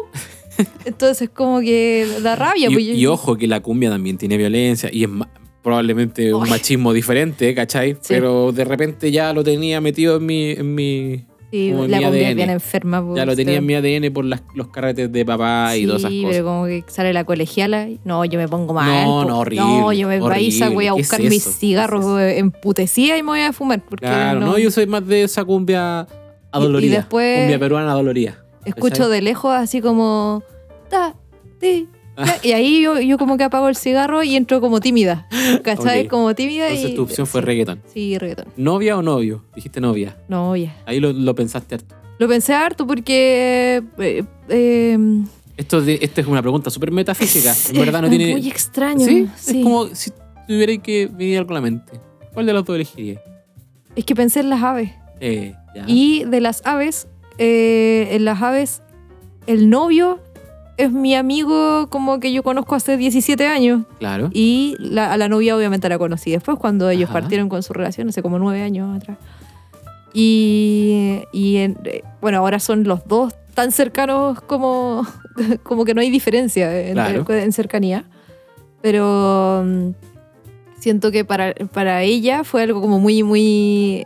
A: Entonces como que da rabia.
B: Y,
A: pues,
B: y ojo que la cumbia también tiene violencia y es ma- probablemente un
A: Ay.
B: machismo diferente, ¿cachai? Pero de repente ya lo tenía metido en mi. En mi
A: sí,
B: como en
A: la
B: mi
A: cumbia es
B: ADN.
A: bien enferma. pues,
B: ya lo tenía
A: se-
B: en mi ADN por las- los carretes de papá y
A: sí,
B: todas esas cosas.
A: pero como que sale la colegiala. y- No, yo me pongo mal.
B: No,
A: po.
B: no, horrible,
A: No, yo me voy a esa
B: horrible.
A: voy a
B: ¿Qué es
A: buscar
B: eso?
A: mis
B: ¿Qué es
A: cigarros
B: eso?
A: en putecía y me voy a fumar. Porque
B: Claro, no,
A: no-
B: yo soy más de esa cumbia adolorida.
A: y después-
B: Cumbia peruana adolorida.
A: escucho
B: ¿cachai?
A: de lejos así como... "Ta, ti,
B: Ah.
A: ta", Y ahí yo, yo como que apago el cigarro y entro como tímida. ¿Cachai?
B: Ok.
A: Como tímida
B: Entonces
A: y...
B: tu opción fue
A: sí,
B: reggaetón.
A: Sí, reggaetón.
B: ¿Novia o novio? Dijiste novia.
A: No, ya.
B: Ahí lo, lo pensaste harto.
A: Lo pensé harto porque... eh, eh,
B: Esto, es de- esta es una pregunta súper metafísica.
A: es-
B: En verdad no
A: es
B: tiene.
A: Muy extraño.
B: ¿Sí?
A: sí.
B: Es como si tuvierais que venir algo a la mente. ¿Cuál de los dos elegirías?
A: Es que pensé en las aves.
B: Eh, ya.
A: Y de las aves, eh, en las aves, el novio es mi amigo como que yo conozco hace 17 años.
B: Claro.
A: Y la- a la novia obviamente la conocí después cuando ellos
B: Ajá.
A: partieron con su relación, hace como 9 años atrás. Y, y en- eh, bueno, ahora son los dos tan cercanos como, como que no hay diferencia en,
B: Claro.
A: en cercanía. Pero mm, siento que para, para ella fue algo como muy, muy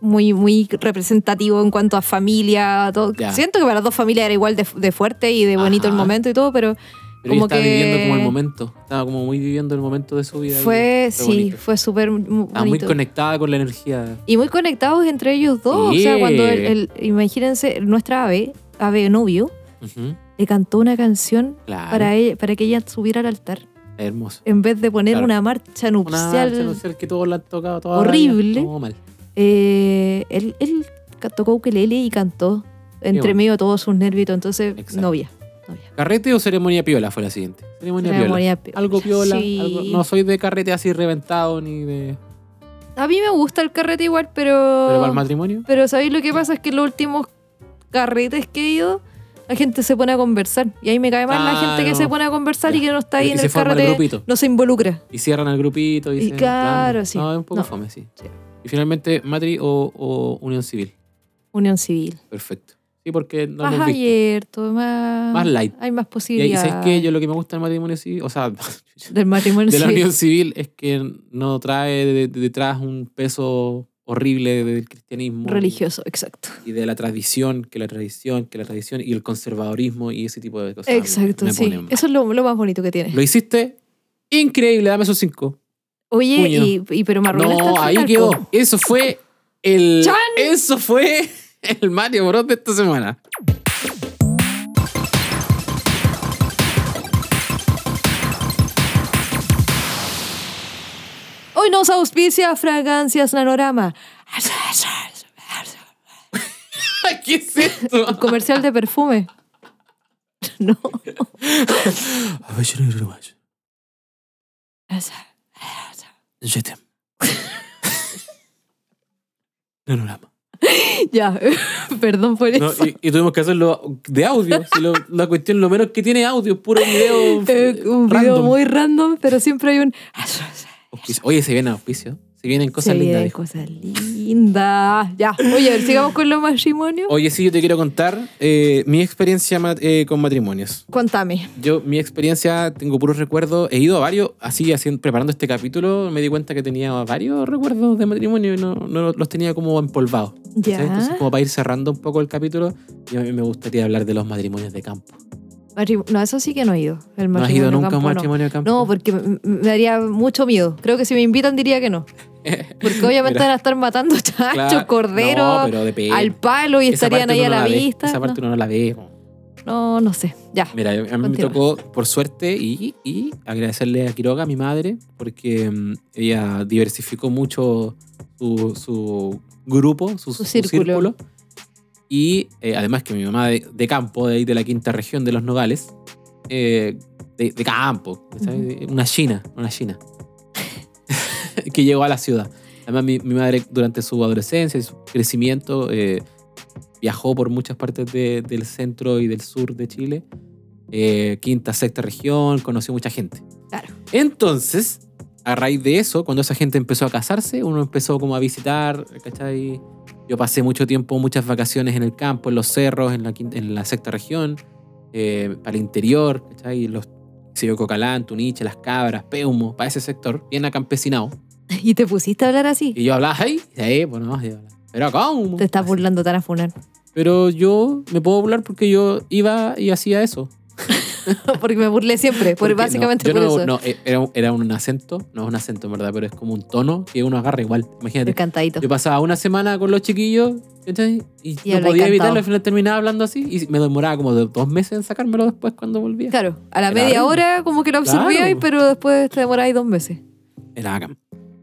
A: muy, muy representativo en cuanto a familia. Todo.
B: Ya.
A: Siento que para las dos familias era igual de, de fuerte y de bonito
B: Ajá.
A: el momento y todo, pero
B: Pero ella
A: como
B: estaba
A: que-
B: viviendo como el momento. Estaba como muy viviendo el momento de su vida.
A: fue,
B: Y
A: sí,
B: fue bonito.
A: fue súper mu-
B: Estaba muy
A: bonito.
B: conectada con la energía.
A: y muy conectados entre ellos dos. O sea,
B: Sí.
A: cuando el, el- imagínense, nuestra ave, ave novio,
B: Ujú,
A: le cantó una canción
B: Claro.
A: para, ella, para que ella subiera al altar,
B: Hermoso.
A: en vez de poner
B: Claro.
A: una marcha
B: Una
A: nupcial.
B: se nos- que todos la han tocado toda
A: Horrible.
B: Todo mal.
A: Eh, él, él ca- tocó ukelele y cantó entre
B: bueno.
A: medio de todos sus nervios, entonces
B: Exacto.
A: novia. novia.
B: ¿Carrete o ceremonia piola fue la siguiente? Ceremonia, piola.
A: Ceremonia piola,
B: Algo piola.
A: sí.
B: algo- No soy de carrete así reventado ni de.
A: A mí me gusta el carrete igual,
B: ¿Pero para
A: pero.
B: el matrimonio?
A: Pero ¿sabéis lo que pasa? Es que los últimos carretes que he ido, la gente se pone a conversar. Y ahí me cae mal la gente
B: Claro.
A: que se pone a conversar y
B: Ya.
A: que no está ahí
B: y
A: en
B: se
A: el
B: forma el
A: carrete.
B: grupito.
A: No se involucra.
B: Y cierran el grupito. Y,
A: Y
B: se-
A: claro, sí.
B: No, es un poco
A: No.
B: fome, sí.
A: Sí.
B: Y finalmente, Matri o, o Unión Civil.
A: Unión civil.
B: Perfecto. Sí, porque no
A: más
B: hemos visto.
A: abierto, más.
B: Más light.
A: Hay más
B: Y ahí,
A: posibilidades.
B: ¿sabes qué? Yo lo que me gusta del matrimonio civil, o sea,
A: Del matrimonio
B: de la
A: civil.
B: unión civil, es que no trae de- de- detrás un peso horrible del cristianismo.
A: Religioso, exacto.
B: Y de la tradición, que la tradición, que la tradición, y el conservadorismo y ese tipo de cosas.
A: exacto,
B: me
A: sí.
B: ponen mal.
A: Eso es lo, lo más bonito que tiene.
B: Lo hiciste increíble, dame esos cinco.
A: Oye,
B: puño.
A: y, y- pero me arruinaste
B: No,
A: al
B: ahí
A: final,
B: quedó.
A: po.
B: Eso fue el.
A: ¡Chan!
B: Eso fue el Mario Bros de esta semana.
A: Hoy nos auspicia Fragancias Nanorama.
B: ¿Qué es esto?
A: Comercial de perfume. No.
B: Nanorama.
A: Ya, perdón por eso.
B: No, y, y tuvimos que hacerlo de audio. si lo- la cuestión lo menos que tiene audio, es puro video.
A: Eh, un
B: random.
A: video muy random, pero siempre hay un.
B: Auspicio. Oye, se vienen auspicios. Se vienen cosas
A: Sí,
B: lindas. viejo.
A: Cosas lindas. Ya, oye, a ver, sigamos con los matrimonios.
B: Oye, sí, yo te quiero contar eh, mi experiencia mat- eh, con matrimonios.
A: Cuéntame.
B: Yo, mi experiencia, tengo puros recuerdos. He ido a varios, así, haciendo, preparando este capítulo, me di cuenta que tenía varios recuerdos de matrimonio y no, no los tenía como empolvados. ¿cachai? Entonces,
A: Ya.
B: como para ir cerrando un poco el capítulo, yo, a mí me gustaría hablar de los matrimonios de campo.
A: Matrim- No, eso sí que no he ido. El
B: ¿No has
A: matrimonio
B: ido nunca a un
A: campo, no.
B: matrimonio de campo?
A: No, porque m- me daría mucho miedo. Creo que si me invitan diría que no. Porque obviamente
B: Mira.
A: van a estar matando chanchos,
B: Claro. No,
A: corderos,
B: pero depende.
A: pues, al palo y
B: Esa
A: estarían
B: parte
A: ahí
B: uno
A: a
B: no
A: la,
B: ve,
A: vista.
B: Esa parte
A: no.
B: uno no la ve.
A: no, no sé. Ya.
B: Mira, a mí me
A: Continúa.
B: tocó, por suerte, y, y agradecerle a Quiroga, mi madre, porque mm, ella diversificó mucho su, su grupo, su, su círculo.
A: círculo.
B: Y eh, además que mi mamá de, de campo, de ahí de la quinta región de los Nogales, eh, de, de campo, ¿sabes? una china, una china, que llegó a la ciudad. Además, mi, mi madre durante su adolescencia y su crecimiento eh, viajó por muchas partes de- del centro y del sur de Chile, eh, quinta, sexta región, conoció mucha gente.
A: Claro.
B: Entonces, a raíz de eso, cuando esa gente empezó a casarse, uno empezó como a visitar, ¿cachai? Yo pasé mucho tiempo, muchas vacaciones en el campo, en los cerros, en la, quin- en la sexta región, eh, para el interior, ¿cachai? Los, qué sé yo, Cocalán, Tuniche, Las Cabras, Peumo, para ese sector, bien acampesinado.
A: Y te pusiste a hablar así.
B: Y yo hablaba, ahí, sí, pues no, sí, hablaba. pero ¿cómo?
A: Te estás burlando tan a funar.
B: Pero yo me puedo burlar porque yo iba y hacía eso.
A: Porque me burlé siempre. Por,
B: Porque no,
A: básicamente
B: yo
A: por
B: no-
A: eso.
B: no, eh, era, un- era un acento, no es un acento en verdad, pero es como un tono que uno agarra igual. Imagínate,
A: Encantadito.
B: yo pasaba una semana con los chiquillos ¿cachai? y,
A: Y
B: no
A: habla
B: podía
A: encantado.
B: evitarlo, al final terminaba hablando así y me demoraba como de- dos meses en sacármelo después cuando volvía.
A: Claro, a la
B: Era
A: media
B: algo.
A: hora como que lo absorbíais,
B: Claro.
A: pero después te demoráis dos meses.
B: Era bacán.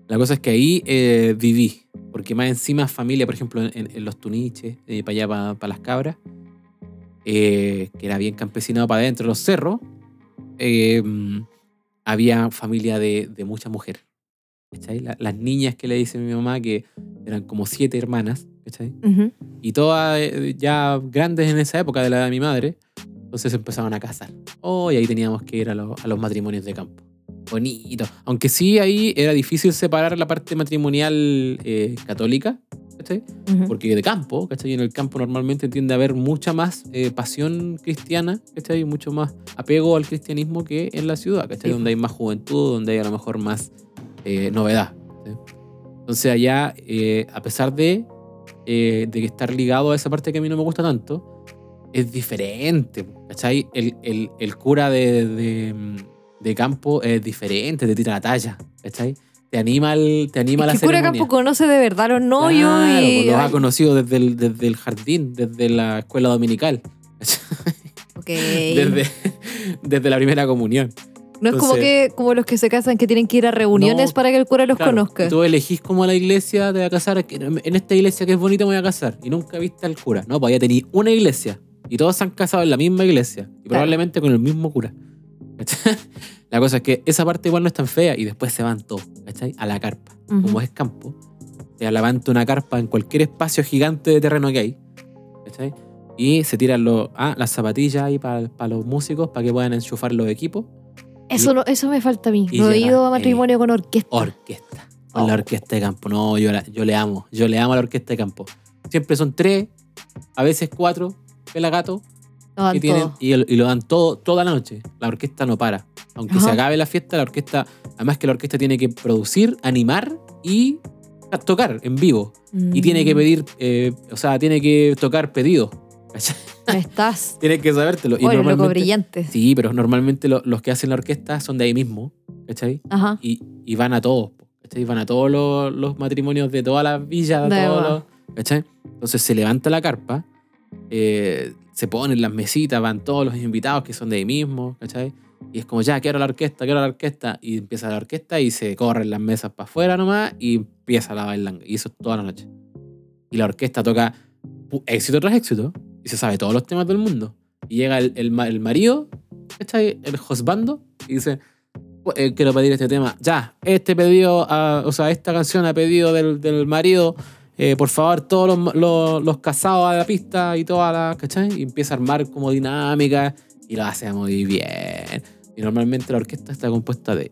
B: La cosa es que ahí eh, viví, porque más encima familia, por ejemplo, en, en los tuniches, para allá, para las cabras, eh, que era bien campesinado para adentro, los cerros, eh, había familia de, de muchas mujeres. ¿cachai? La- las niñas que le dice mi mamá, que eran como siete hermanas, ¿cachai?
A: Ujú.
B: y todas eh, ya grandes en esa época de la edad de mi madre, entonces se empezaban a casar. Oh, y ahí teníamos que ir a, los- a los matrimonios de campo. Bonito. Aunque sí, ahí era difícil separar la parte matrimonial eh, católica, ¿cachai?
A: Ujú.
B: Porque de campo, ¿cachai? En el campo normalmente tiende a haber mucha más eh, pasión cristiana, ¿cachai? Y mucho más apego al cristianismo que en la ciudad,
A: Sí.
B: ¿cachai? Donde hay más juventud, donde hay a lo mejor más eh, novedad. ¿cachai? Entonces allá, eh, a pesar de, eh, de que estar ligado a esa parte que a mí no me gusta tanto, es diferente, ¿cachai? El, el- el cura de, de- de campo es diferente, te tira la talla, ¿cachai? Te anima, el, te anima
A: Es
B: la
A: que Cura
B: ceremonia.
A: Campo conoce de verdad los novios
B: Claro,
A: y.
B: pues los ha
A: ay,
B: conocido desde el, desde el jardín, desde la escuela dominical,
A: ok.
B: desde, desde la primera comunión.
A: no es como que
B: entonces-
A: como los que se casan que tienen que ir a reuniones
B: No,
A: para que el cura los
B: Claro,
A: conozca.
B: Tú elegís como la iglesia te va a casar, que en esta iglesia que es bonita me voy a casar, y nunca viste al cura. No, pues ya tenía una iglesia, y todos se han casado en la misma iglesia, y probablemente con el mismo cura. ¿Cachai? La cosa es que esa parte igual no es tan fea, y después se van todos, ¿cachai? A la carpa.
A: Ujú.
B: como es campo, te levanta una carpa en cualquier espacio gigante de terreno que hay. ¿cachai? Y se tiran los, ah, las zapatillas ahí para los músicos para que puedan enchufar los equipos.
A: Eso no, eso me falta a mí.
B: y
A: No he
B: llega,
A: ido a matrimonio con orquesta.
B: Orquesta. Con la orquesta de campo. No, yo, la- yo le amo. Yo le amo a la orquesta de campo. Siempre son tres, a veces cuatro, pelagatos,
A: No dan
B: que tienen
A: todo.
B: y, el- y lo dan todo, toda la noche. La orquesta no para. Aunque se
A: Ajá.
B: acabe la fiesta, la orquesta, además que la orquesta tiene que producir, animar y tocar en vivo. y
A: Mm,
B: tiene que pedir, eh, o sea, tiene que tocar pedidos. ¿cachai?
A: Estás.
B: tiene que sabértelo.
A: Oye, loco
B: normalmente-
A: brillante.
B: Sí, pero normalmente lo- los que hacen la orquesta son de ahí mismo, ¿cachai?
A: Ajá.
B: Y, y van a todos, po, ¿cachai? Van a todos los, los matrimonios de todas las villas,
A: De
B: todos
A: verdad.
B: los- ¿cachai? Entonces se levanta la carpa, eh, se ponen las mesitas, van todos los invitados que son de ahí mismo, ¿cachai? Y es como, ya, quiero la orquesta, quiero la orquesta. Y empieza la orquesta y se corren las mesas para afuera nomás y empieza la bailanga. Y eso es toda la noche. Y la orquesta toca pu- éxito tras éxito y se sabe todos los temas del mundo. Y llega el, el, ma- el marido, ¿cachai? el husbando, y dice, "Bu- eh, quiero pedir este tema. Ya, este pedido, ah, o sea, esta canción a pedido del, del marido. eh, por favor, todos los, ma- los- los casados a la pista y todas las, ¿cachai? Y empieza a armar como dinámica y lo hace muy bien. Y normalmente la orquesta está compuesta de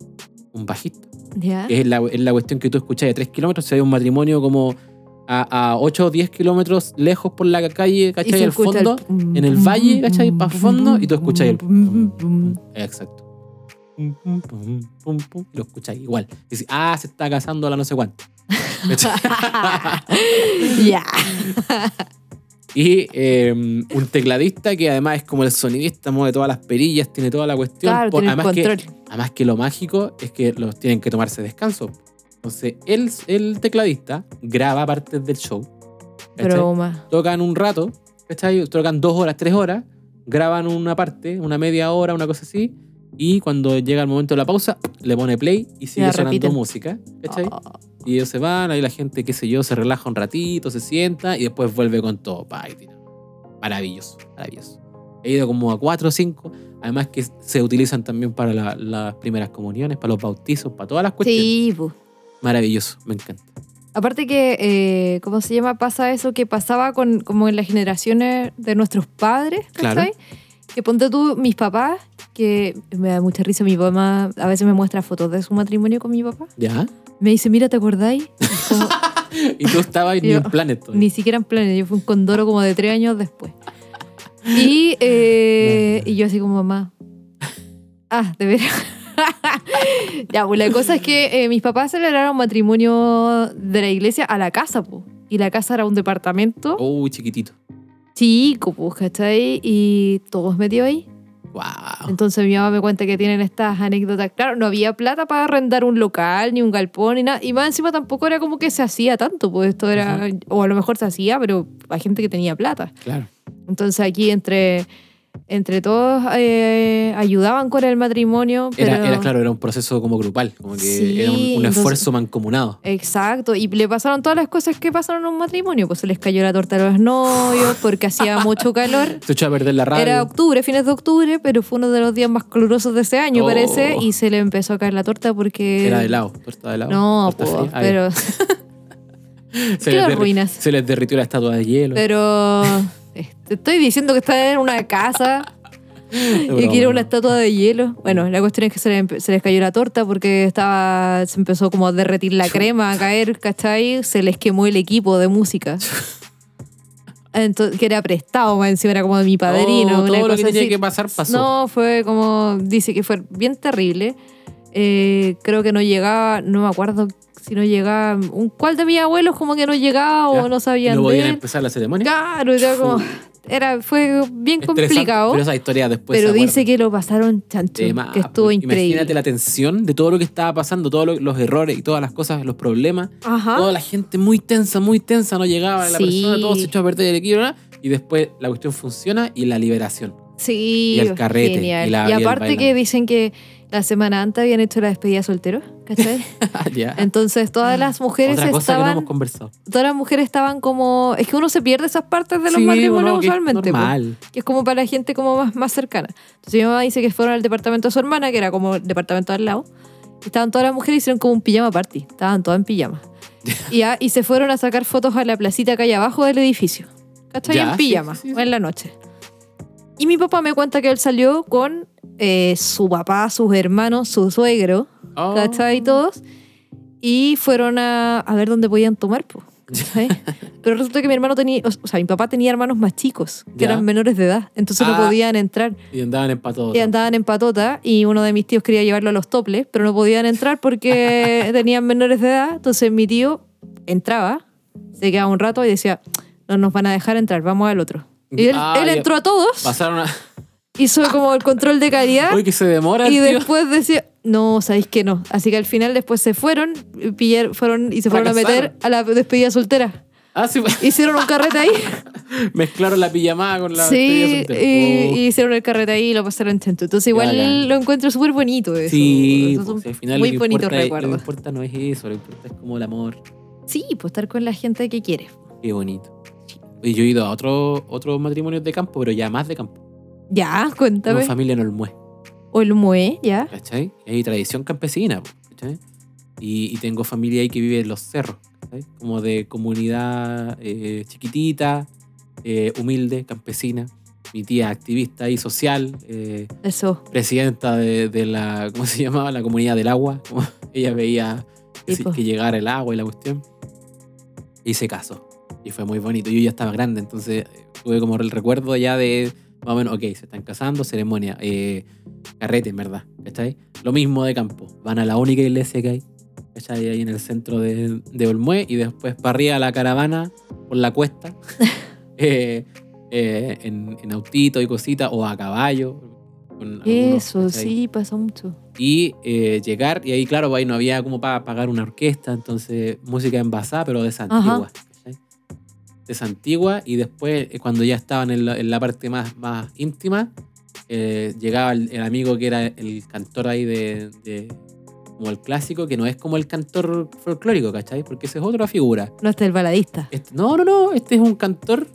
B: un bajista,
A: Ya.
B: que es la, es la cuestión que tú escuchás de 3 kilómetros, si hay un matrimonio como a, a 8 o 10 kilómetros lejos por la calle,
A: Y se
B: ¿cachai? Al
A: escucha el
B: fondo.
A: pum,
B: en el
A: pum,
B: valle, ¿cachai?
A: pum,
B: Pa'
A: pum,
B: fondo,
A: pum,
B: y tú escuchas el
A: pum, pum, pum.
B: Exacto. Pum, pum, pum, pum, pum, y lo escucháis igual. Y decís, ah, se está casando la no sé cuánto.
A: Ya.
B: y eh, un tecladista que además es como el sonidista, mueve todas las perillas, tiene toda la cuestión.
A: Claro,
B: Por-
A: tiene el
B: además que
A: control.
B: Además que lo mágico es que los tienen que tomarse descanso. Entonces, el, el tecladista graba partes del show. ¿cachai?
A: Broma.
B: Tocan un rato, ¿cachai? Tocan dos horas, tres horas, graban una parte, una media hora, una cosa así, y cuando llega el momento de la pausa, le pone play y sigue
A: La
B: sonando
A: repiten.
B: música, ¿cachai?
A: Oh,
B: Y ellos se van, ahí la gente, qué sé yo, se relaja un ratito, se sienta y después vuelve con todo. Pa, y tira. Maravilloso, maravilloso. He ido como a cuatro o cinco. Además que se utilizan también para la- las primeras comuniones, para los bautizos, para todas las cuestiones.
A: sí, po.
B: Maravilloso, me encanta.
A: Aparte que, eh, ¿cómo se llama? Pasa eso que pasaba con, como en las generaciones de nuestros padres,
B: Claro.
A: ¿cachai? Que ponte tú, mis papás, que me da mucha risa, mi mamá a veces me muestra fotos de su matrimonio con mi papá.
B: ¿Ya?
A: Me dice, mira, ¿te acordáis? Es como,
B: Y tú estabas en
A: Yo-
B: un planet todavía.
A: Ni siquiera en planes, yo fui un condoro como de tres años después. Y, eh,
B: No, no.
A: y yo así como mamá. Ah, de veras. ya, pues la cosa es que eh, mis papás celebraron un matrimonio de la iglesia a la casa, po. Y la casa era un departamento
B: Uy, chiquitito.
A: chico, pues, ¿cachai? Y todos metidos ahí.
B: Wow.
A: Entonces mi mamá me cuenta que tienen estas anécdotas. Claro, no había plata para arrendar un local, ni un galpón, ni nada. Y más encima tampoco era como que se hacía tanto, pues esto era, o a lo mejor se hacía, pero hay gente que tenía plata.
B: Claro.
A: Entonces aquí entre, entre todos eh, ayudaban con el matrimonio. Pero...
B: Era, era, claro, era un proceso como grupal, como que
A: Sí,
B: era un, un
A: entonces-
B: esfuerzo mancomunado.
A: Exacto, y le pasaron todas las cosas que pasaron en un matrimonio. Pues se les cayó la torta a los novios porque hacía mucho calor.
B: Se echó a perder la radio.
A: Era octubre, fines de octubre, pero fue uno de los días más calurosos de ese año,
B: Oh.
A: parece, y se le empezó a caer la torta porque...
B: Era de helado, torta de helado.
A: No,
B: torta
A: pues,
B: fría. Ah, ya.
A: pero,
B: se,
A: ¿qué
B: les
A: las
B: derri-
A: ruinas?
B: se les derritió la estatua de hielo.
A: pero eh, te estoy diciendo que está en una casa y
B: Broma.
A: quiere una estatua de hielo. Bueno, la cuestión es que se, le empe- se les cayó la torta porque estaba se empezó como a derretir la crema, a caer, ¿cachai? Se les quemó el equipo de música. Entonces, que era prestado, más encima era como de mi
B: Oh,
A: padrino. una
B: todo lo que
A: cosa
B: tenía
A: así.
B: que pasar pasó.
A: No, fue como, dice que fue bien terrible. Eh, creo que no llegaba, no me acuerdo si no llegaba, un cual de mis abuelos como que no llegaba
B: Ya.
A: o no
B: Y
A: sabían
B: no
A: de
B: podían
A: él.
B: empezar la ceremonia.
A: Claro, era como, era, fue bien
B: Estresante,
A: complicado,
B: Pero
A: pero,
B: esa historia después. se acuerda.
A: dice que lo pasaron chancho,
B: Eh, ma,
A: que estuvo
B: pues,
A: increíble.
B: Imagínate la tensión de todo lo que estaba pasando, todos lo- los errores y todas las cosas, los problemas.
A: Ajá.
B: Toda la gente muy tensa, muy tensa, no llegaba la
A: Sí.
B: persona, todo se echó a perder el equipo, ¿verdad? y después la cuestión funciona y la liberación.
A: Sí,
B: y el carrete,
A: genial.
B: y la- y el
A: aparte que
B: bailando.
A: dicen que la semana antes habían hecho la despedida soltero, ¿cachai?
B: ya.
A: Entonces todas las mujeres
B: Otra cosa que no
A: estaban
B: hemos conversado.
A: todas las mujeres estaban como. Es que uno se pierde esas partes de los
B: Sí,
A: matrimonios
B: bueno, que es
A: usualmente. pues. po,
B: normal.
A: que es como para la gente como más, más cercana. Entonces mi mamá dice que fueron al departamento de su hermana, que era como el departamento al lado. y Estaban todas las mujeres, hicieron como un pijama party. Estaban todas en pijama. Y, a- y se fueron a sacar fotos a la placita que hay abajo del edificio. ¿Cachai?
B: Ya,
A: en
B: sí,
A: pijama,
B: sí, sí, sí.
A: en la noche. Y mi papá me cuenta que él salió con eh, su papá, sus hermanos, su suegro,
B: Oh.
A: ¿cachai? Todos. Y fueron a, a ver dónde podían tomar, po, ¿cachai? Pero resulta que mi hermano tenía, o sea, mi papá tenía hermanos más chicos, que
B: Ya.
A: eran menores de edad, entonces no
B: Ah.
A: podían entrar.
B: Y andaban empatados.
A: Y andaban en patota y uno de mis tíos quería llevarlo a los toples, pero no podían entrar porque tenían menores de edad. Entonces mi tío entraba, se quedaba un rato y decía, no nos van a dejar entrar, vamos al otro. Y él,
B: Ah,
A: él
B: ya.
A: entró a todos,
B: Pasaron a.
A: hizo como el control de calidad
B: Uy, que se demora.
A: y
B: el tío.
A: después decía, no, sabéis que no. Así que al final después se fueron, pillaron- fueron y se fueron a
B: Fracasaron.
A: meter a la despedida soltera.
B: Ah, sí,
A: Hicieron un carrete ahí.
B: mezclaron la pijamada con la.
A: sí,
B: despedida soltera.
A: y,
B: Oh.
A: y hicieron el carrete ahí y lo pasaron tanto. Entonces igual
B: Bacán.
A: lo encuentro súper bonito eso.
B: Sí,
A: Esos son
B: pues, al final
A: muy
B: lo que
A: bonitos
B: importa es- Lo
A: recuerdos.
B: que importa no es eso, lo que importa es como el amor.
A: Sí, pues estar con la gente que quieres.
B: Qué bonito. Y yo he ido a otros otros matrimonios de campo, pero ya más de campo.
A: Ya,
B: Una
A: cuéntame.
B: familia en Olmué.
A: O el mue, ya.
B: ¿cachai? Hay tradición campesina, po, ¿cachai? Y, y tengo familia ahí que vive en los cerros, ¿cachai? Como de comunidad eh, chiquitita, eh, humilde, campesina. Mi tía activista y social, eh,
A: Eso.
B: presidenta de, de la, ¿cómo se llamaba? La comunidad del agua. Como ella veía que,
A: Sí,
B: si-
A: po.
B: que llegara el agua y la cuestión. Y se casó. Y fue muy bonito. Yo ya estaba grande, entonces eh, tuve como el recuerdo ya de, más o menos, ok, se están casando, ceremonia, eh, carrete, en verdad. ¿Cachai? Lo mismo de campo. Van a la única iglesia que hay. ¿Cachai? Ahí en el centro de, de Olmué y después para arriba a la caravana por la cuesta. eh, eh, en, en autito y cosita o a caballo. con algunos,
A: Eso,
B: ¿cachai?
A: sí, pasa mucho.
B: y eh, llegar, y ahí claro, ahí no había como para pagar una orquesta, entonces música envasada, pero de esa
A: Ajá.
B: antigua. ¿cachai? De esa antigua, y después eh, cuando ya estaban en la, en la parte más, más íntima, eh, llegaba el, el amigo que era el cantor ahí de, de- como el clásico, que no es como el cantor folclórico, ¿cachai? Porque esa es otra figura.
A: No está el baladista.
B: Este- no, no, no, este es un cantor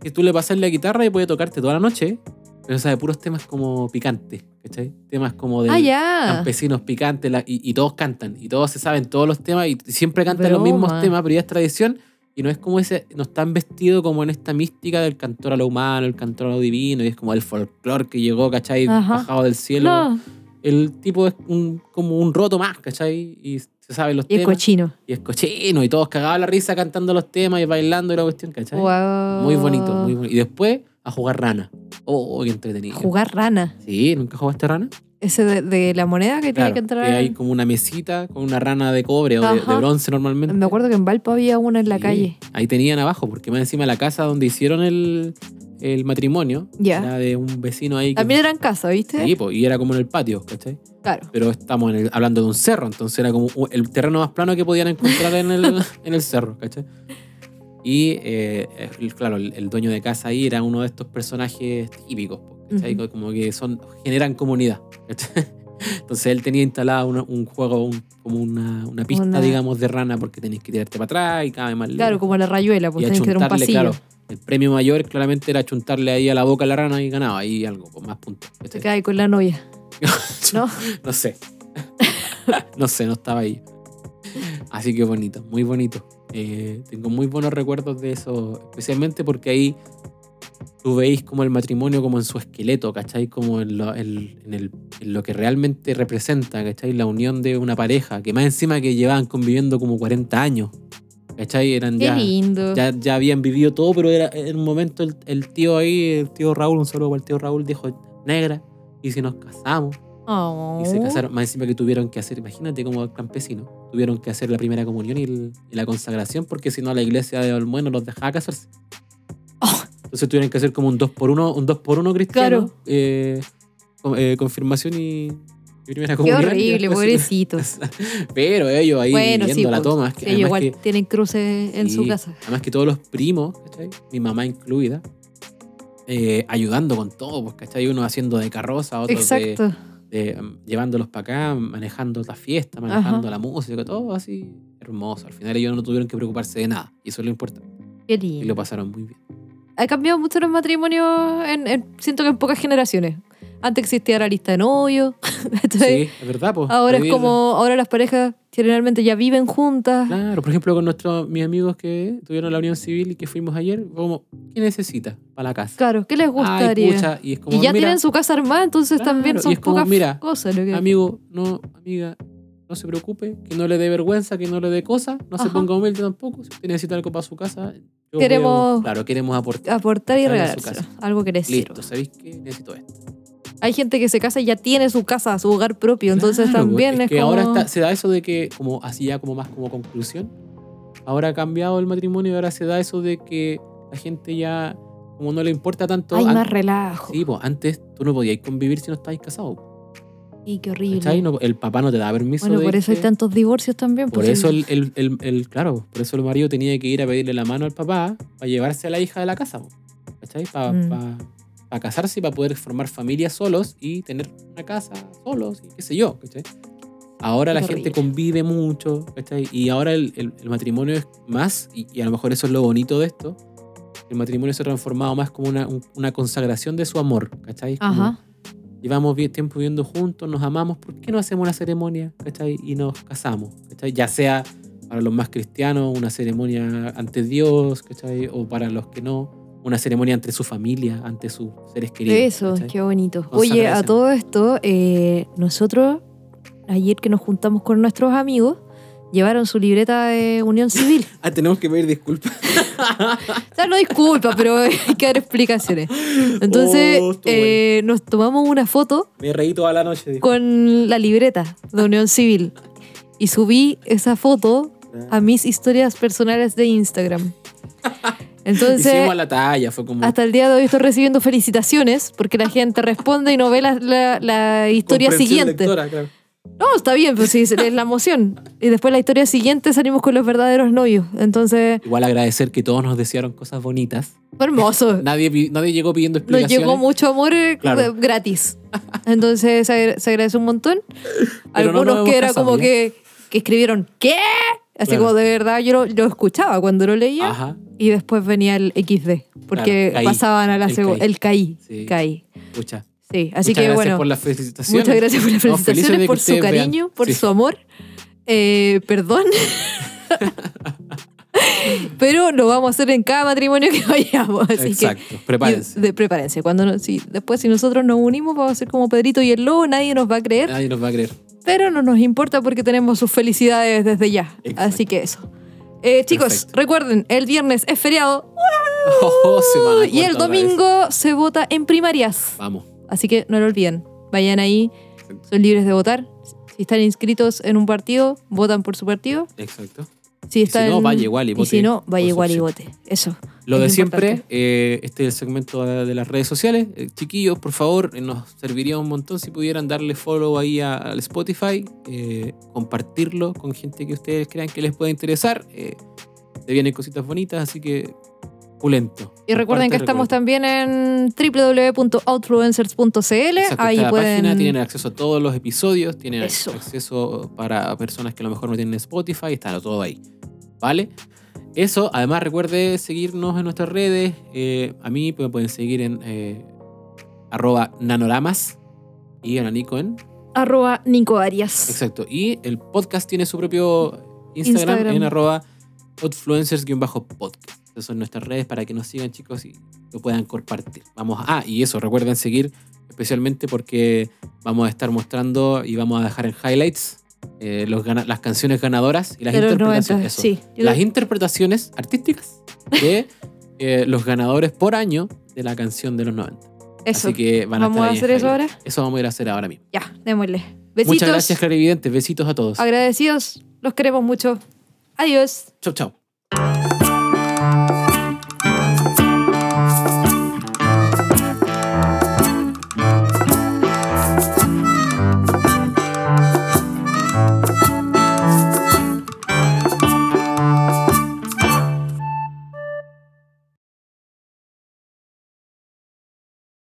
B: que tú le pasas la guitarra y puede tocarte toda la noche. Pero o sea, de puros temas como picantes, ¿cachai? Temas como de
A: Ah, ya.
B: campesinos picantes la- y, y todos cantan, y todos se saben todos los temas, y siempre cantan los
A: Broma.
B: mismos temas, pero ya es tradición. Y no es como ese, no están vestidos como en esta mística del cantor a lo humano, el cantor a lo divino, y es como el folclore que llegó, ¿cachai?
A: Ajá.
B: Bajado del cielo.
A: No,
B: El tipo es un- como un roto más, ¿cachai? Y se saben los
A: y el
B: temas.
A: cochino.
B: Y es cochino, y todos cagados la risa cantando los temas y bailando y la cuestión, ¿cachai?
A: Wow.
B: Muy bonito, muy bonito. Y después a jugar rana. Oh, qué entretenido.
A: Jugar rana.
B: Sí, ¿nunca jugaste rana?
A: Ese de, de la moneda que tiene
B: Claro,
A: que entrar.
B: que hay como una mesita con una rana de cobre o de- de,
A: Ajá.
B: bronce normalmente.
A: Me acuerdo que en Valpo había una en la
B: Sí,
A: calle.
B: Ahí tenían abajo, porque más encima la casa donde hicieron el, el matrimonio
A: Ya.
B: era de un vecino ahí. que-
A: También eran casas, ¿viste?
B: Sí, po, y era como en el patio, ¿cachai?
A: Claro.
B: Pero estamos en el- hablando de un cerro, entonces era como u- el terreno más plano que podían encontrar en el, en el cerro, ¿cachai? Y eh, el- claro, el, el dueño de casa ahí era uno de estos personajes típicos, po, ¿cachai?
A: Ujú.
B: Como que son, generan comunidad, ¿cachai? Entonces él tenía instalado una- un juego, un- como una, una pista,
A: Una-
B: digamos, de rana porque tenés que tirarte para atrás y cada vez más lejos.
A: Claro, como la rayuela,
B: y
A: pues tenés que dar un
B: achuntarle,
A: pasillo.
B: claro. El premio mayor claramente era chuntarle ahí a la boca a la rana y ganaba ahí algo, pues, más puntos.
A: Te
B: ¿cachai?
A: cae con la novia. ¿No?
B: No sé. no sé, no estaba ahí. Así que bonito, muy bonito. Eh, tengo muy buenos recuerdos de eso, especialmente porque ahí tú veis como el matrimonio como en su esqueleto, ¿cachai? Como en lo, en- en el- en lo que realmente representa, ¿cachai? La unión de una pareja, que más encima que llevaban conviviendo como 40 años, ¿cachai? Eran
A: Qué
B: ya,
A: lindo.
B: ya, ya habían vivido todo, pero era en un momento el, el tío ahí, el tío Raúl, un saludo para el tío Raúl, dijo, negra, ¿y si nos casamos?
A: Oh.
B: Y se casaron, más encima que tuvieron que hacer, imagínate como campesinos, tuvieron que hacer la primera comunión y, el- y la consagración porque si no la iglesia de Olmué no los dejaba casarse.
A: Oh.
B: Entonces tuvieron que hacer como un 2 por 1 un dos por uno cristiano.
A: Claro.
B: eh, con- eh, confirmación y, y primera
A: Qué
B: comunión. y
A: horrible,
B: después-
A: pobrecitos.
B: Pero ellos ahí
A: Bueno, sí.
B: viendo la
A: pues,
B: toma. es que
A: sí,
B: además
A: igual
B: que-
A: tienen cruces en su
B: Sí,
A: casa.
B: Además que todos los primos, ¿cachai? Mi mamá incluida, eh, ayudando con todo, pues, ¿cachai? Uno haciendo de carroza, otros de,
A: Exacto.
B: de, mm, llevándolos para acá, manejando la fiesta, manejando
A: Ajá.
B: la música, todo así hermoso. Al final ellos no tuvieron que preocuparse de nada, y eso es lo importante.
A: Qué
B: Y
A: lindo.
B: lo pasaron muy bien.
A: ha cambiado mucho los matrimonios, en, en- siento que en pocas generaciones. Antes existía la lista de novios, ¿cachai?
B: Sí, es verdad, pues.
A: ahora es
B: Prohibido.
A: como, ahora las parejas generalmente ya viven juntas.
B: Claro, por ejemplo, con nuestros mis amigos que tuvieron la unión civil y que fuimos ayer, fue como, ¿qué necesitas para la casa?
A: Claro, ¿qué les
B: Ay,
A: gustaría?
B: pucha, y es como,
A: y ya
B: mira,
A: tienen su casa armada, entonces
B: Claro,
A: también
B: y
A: son
B: es como,
A: pocas
B: mira,
A: cosas. lo que-
B: Amigo, no, amiga, no se preocupe, que no le dé vergüenza, que no le dé cosa, no se
A: Ajá.
B: ponga humilde tampoco. Si usted necesita algo para su casa, yo
A: Queremos-
B: puedo- claro, queremos aportar.
A: aportar y
B: Sale a su
A: regalárselo, algo que les sirva.
B: Listo, ¿sabéis qué? Necesito esto.
A: Hay gente que se casa y ya tiene su casa, su hogar propio, entonces
B: Claro, pues,
A: también es,
B: es que
A: como...
B: ahora está- se da eso de que, como así ya como más como conclusión, ahora ha cambiado el matrimonio y ahora se da eso de que la gente ya, como no le importa tanto.
A: Hay
B: an-
A: más relajo.
B: sí, pues, antes tú no podías convivir si no estabas casado.
A: Y qué horrible.
B: ¿cachai? No- el papá no te da permiso.
A: bueno,
B: de
A: por eso hay
B: irte.
A: tantos divorcios también.
B: Por
A: pues,
B: eso
A: sí.
B: el, el- el- el- claro, por eso el marido tenía que ir a pedirle la mano al papá para llevarse a la hija de la casa, po, ¿cachai? Para
A: Mm.
B: casarse y para poder formar familias solos y tener una casa solos y qué sé yo, ¿cachai? Ahora
A: Qué
B: la gente
A: horrible.
B: convive mucho, ¿cachai? Y ahora el, el- el matrimonio es más, y, y a lo mejor eso es lo bonito de esto, el matrimonio se ha transformado más como una, un- una consagración de su amor, ¿cachai? Como
A: Ajá.
B: llevamos bien tiempo viviendo juntos, nos amamos, ¿por qué no hacemos una ceremonia? ¿cachai? Y nos casamos, ¿cachai? Ya sea para los más cristianos, una ceremonia ante Dios, ¿cachai? O para los que no, una ceremonia ante su familia, ante sus seres queridos.
A: Eso,
B: ¿cachai?
A: qué bonito.
B: Con
A: Oye, a
B: sagración.
A: todo esto, eh, nosotros, ayer que nos juntamos con nuestros amigos, llevaron su libreta de unión civil.
B: Ah, tenemos que pedir disculpas.
A: o sea, no disculpa, pero hay que dar explicaciones. Entonces,
B: Oh, estuvo
A: eh, nos tomamos una foto
B: Me reí toda la noche. dijo.
A: con la libreta de unión civil y subí esa foto a mis historias personales de Instagram. Entonces,
B: Hicimos la talla, fue como...
A: Hasta el día de hoy estoy recibiendo felicitaciones porque la gente responde y no ve la, la- la historia
B: comprensión
A: siguiente.
B: lectora, claro.
A: No, está bien, pues sí, es la emoción. Y después la historia siguiente salimos con los verdaderos novios. Entonces,
B: Igual agradecer que todos nos desearon cosas bonitas.
A: fue hermoso.
B: Nadie, pi- nadie llegó pidiendo
A: Nos
B: explicaciones.
A: llegó mucho amor eh,
B: Claro.
A: gratis. Entonces, se, agra- se agradece un montón.
B: Pero no
A: Algunos
B: nos hemos
A: que era
B: casado,
A: como
B: ¿ya?
A: que, que escribieron, ¿qué? Así
B: Claro.
A: como de verdad yo lo, lo escuchaba cuando lo leía.
B: Ajá.
A: y después venía el XD, porque
B: Claro, caí.
A: pasaban a la
B: El
A: segunda.
B: caí.
A: El caí,
B: Sí.
A: caí.
B: Muchas,
A: Sí, así que
B: muchas gracias
A: bueno,
B: por las felicitaciones.
A: muchas gracias por las
B: Estamos felices de
A: felicitaciones,
B: que
A: por su
B: ustedes vean.
A: cariño, por
B: Sí.
A: su amor. Eh, perdón. Pero lo vamos a hacer en cada matrimonio que vayamos. Así que
B: Exacto, prepárense.
A: Y de- prepárense. Cuando no- si, después, si nosotros nos unimos, vamos a ser como Pedrito y el Lobo, nadie nos va a creer,
B: Nadie nos va a creer.
A: pero no nos importa porque tenemos sus felicidades desde ya.
B: Exacto.
A: Así que eso. Eh, chicos,
B: Perfecto.
A: recuerden, el viernes es feriado uh,
B: Oh, se van a
A: y el
B: cortar otra vez.
A: domingo se vota en primarias.
B: Vamos.
A: Así que no lo olviden. Vayan ahí,
B: Exacto.
A: son libres de votar. Si están inscritos en un partido, votan por su partido.
B: Exacto.
A: Si, están,
B: no, vaya igual y vote
A: si no,
B: por
A: vaya
B: su
A: igual y
B: opción.
A: vote. Eso.
B: Lo
A: Es
B: de
A: importante.
B: siempre, eh, este es el segmento de, de las redes sociales. Eh, chiquillos, por favor, eh, nos serviría un montón si pudieran darle follow ahí a- al Spotify, eh, compartirlo con gente que ustedes crean que les pueda interesar. Eh, se vienen cositas bonitas, así que pulento.
A: Y recuerden que estamos
B: Comparte,
A: también en www.outfluencers.cl.
B: Exacto,
A: Ahí
B: está la
A: pueden.
B: página, tienen acceso a todos los episodios, tienen
A: Eso.
B: acceso para personas que a lo mejor no tienen Spotify, está todo ahí. ¿Vale? Eso, además recuerde seguirnos en nuestras redes. eh, a mí me pueden seguir en eh, arroba nanoramas y a la Nico en.
A: Arroba Nico Arias.
B: Exacto. Y el podcast tiene su propio Instagram,
A: Instagram.
B: en arroba outfluencers-podcast. Esas son nuestras redes para que nos sigan, chicos, y lo puedan compartir. Vamos a, y eso, recuerden seguir especialmente porque vamos a estar mostrando y vamos a dejar en highlights eh, los gana- las canciones ganadoras y las
A: De los 90.
B: interpretaciones. eso.
A: Sí. Yo-
B: Las interpretaciones artísticas de eh, los ganadores por año de la canción de los 90.
A: eso.
B: Así que van a
A: ¿Vamos
B: estar
A: a
B: ahí en
A: hacer eso
B: highlights.
A: ahora?
B: Eso vamos a ir a hacer ahora mismo.
A: Ya, démosle. Besitos.
B: Muchas gracias, clarividentes. Besitos a todos.
A: Agradecidos. Los queremos mucho. Adiós.
B: Chau, chau.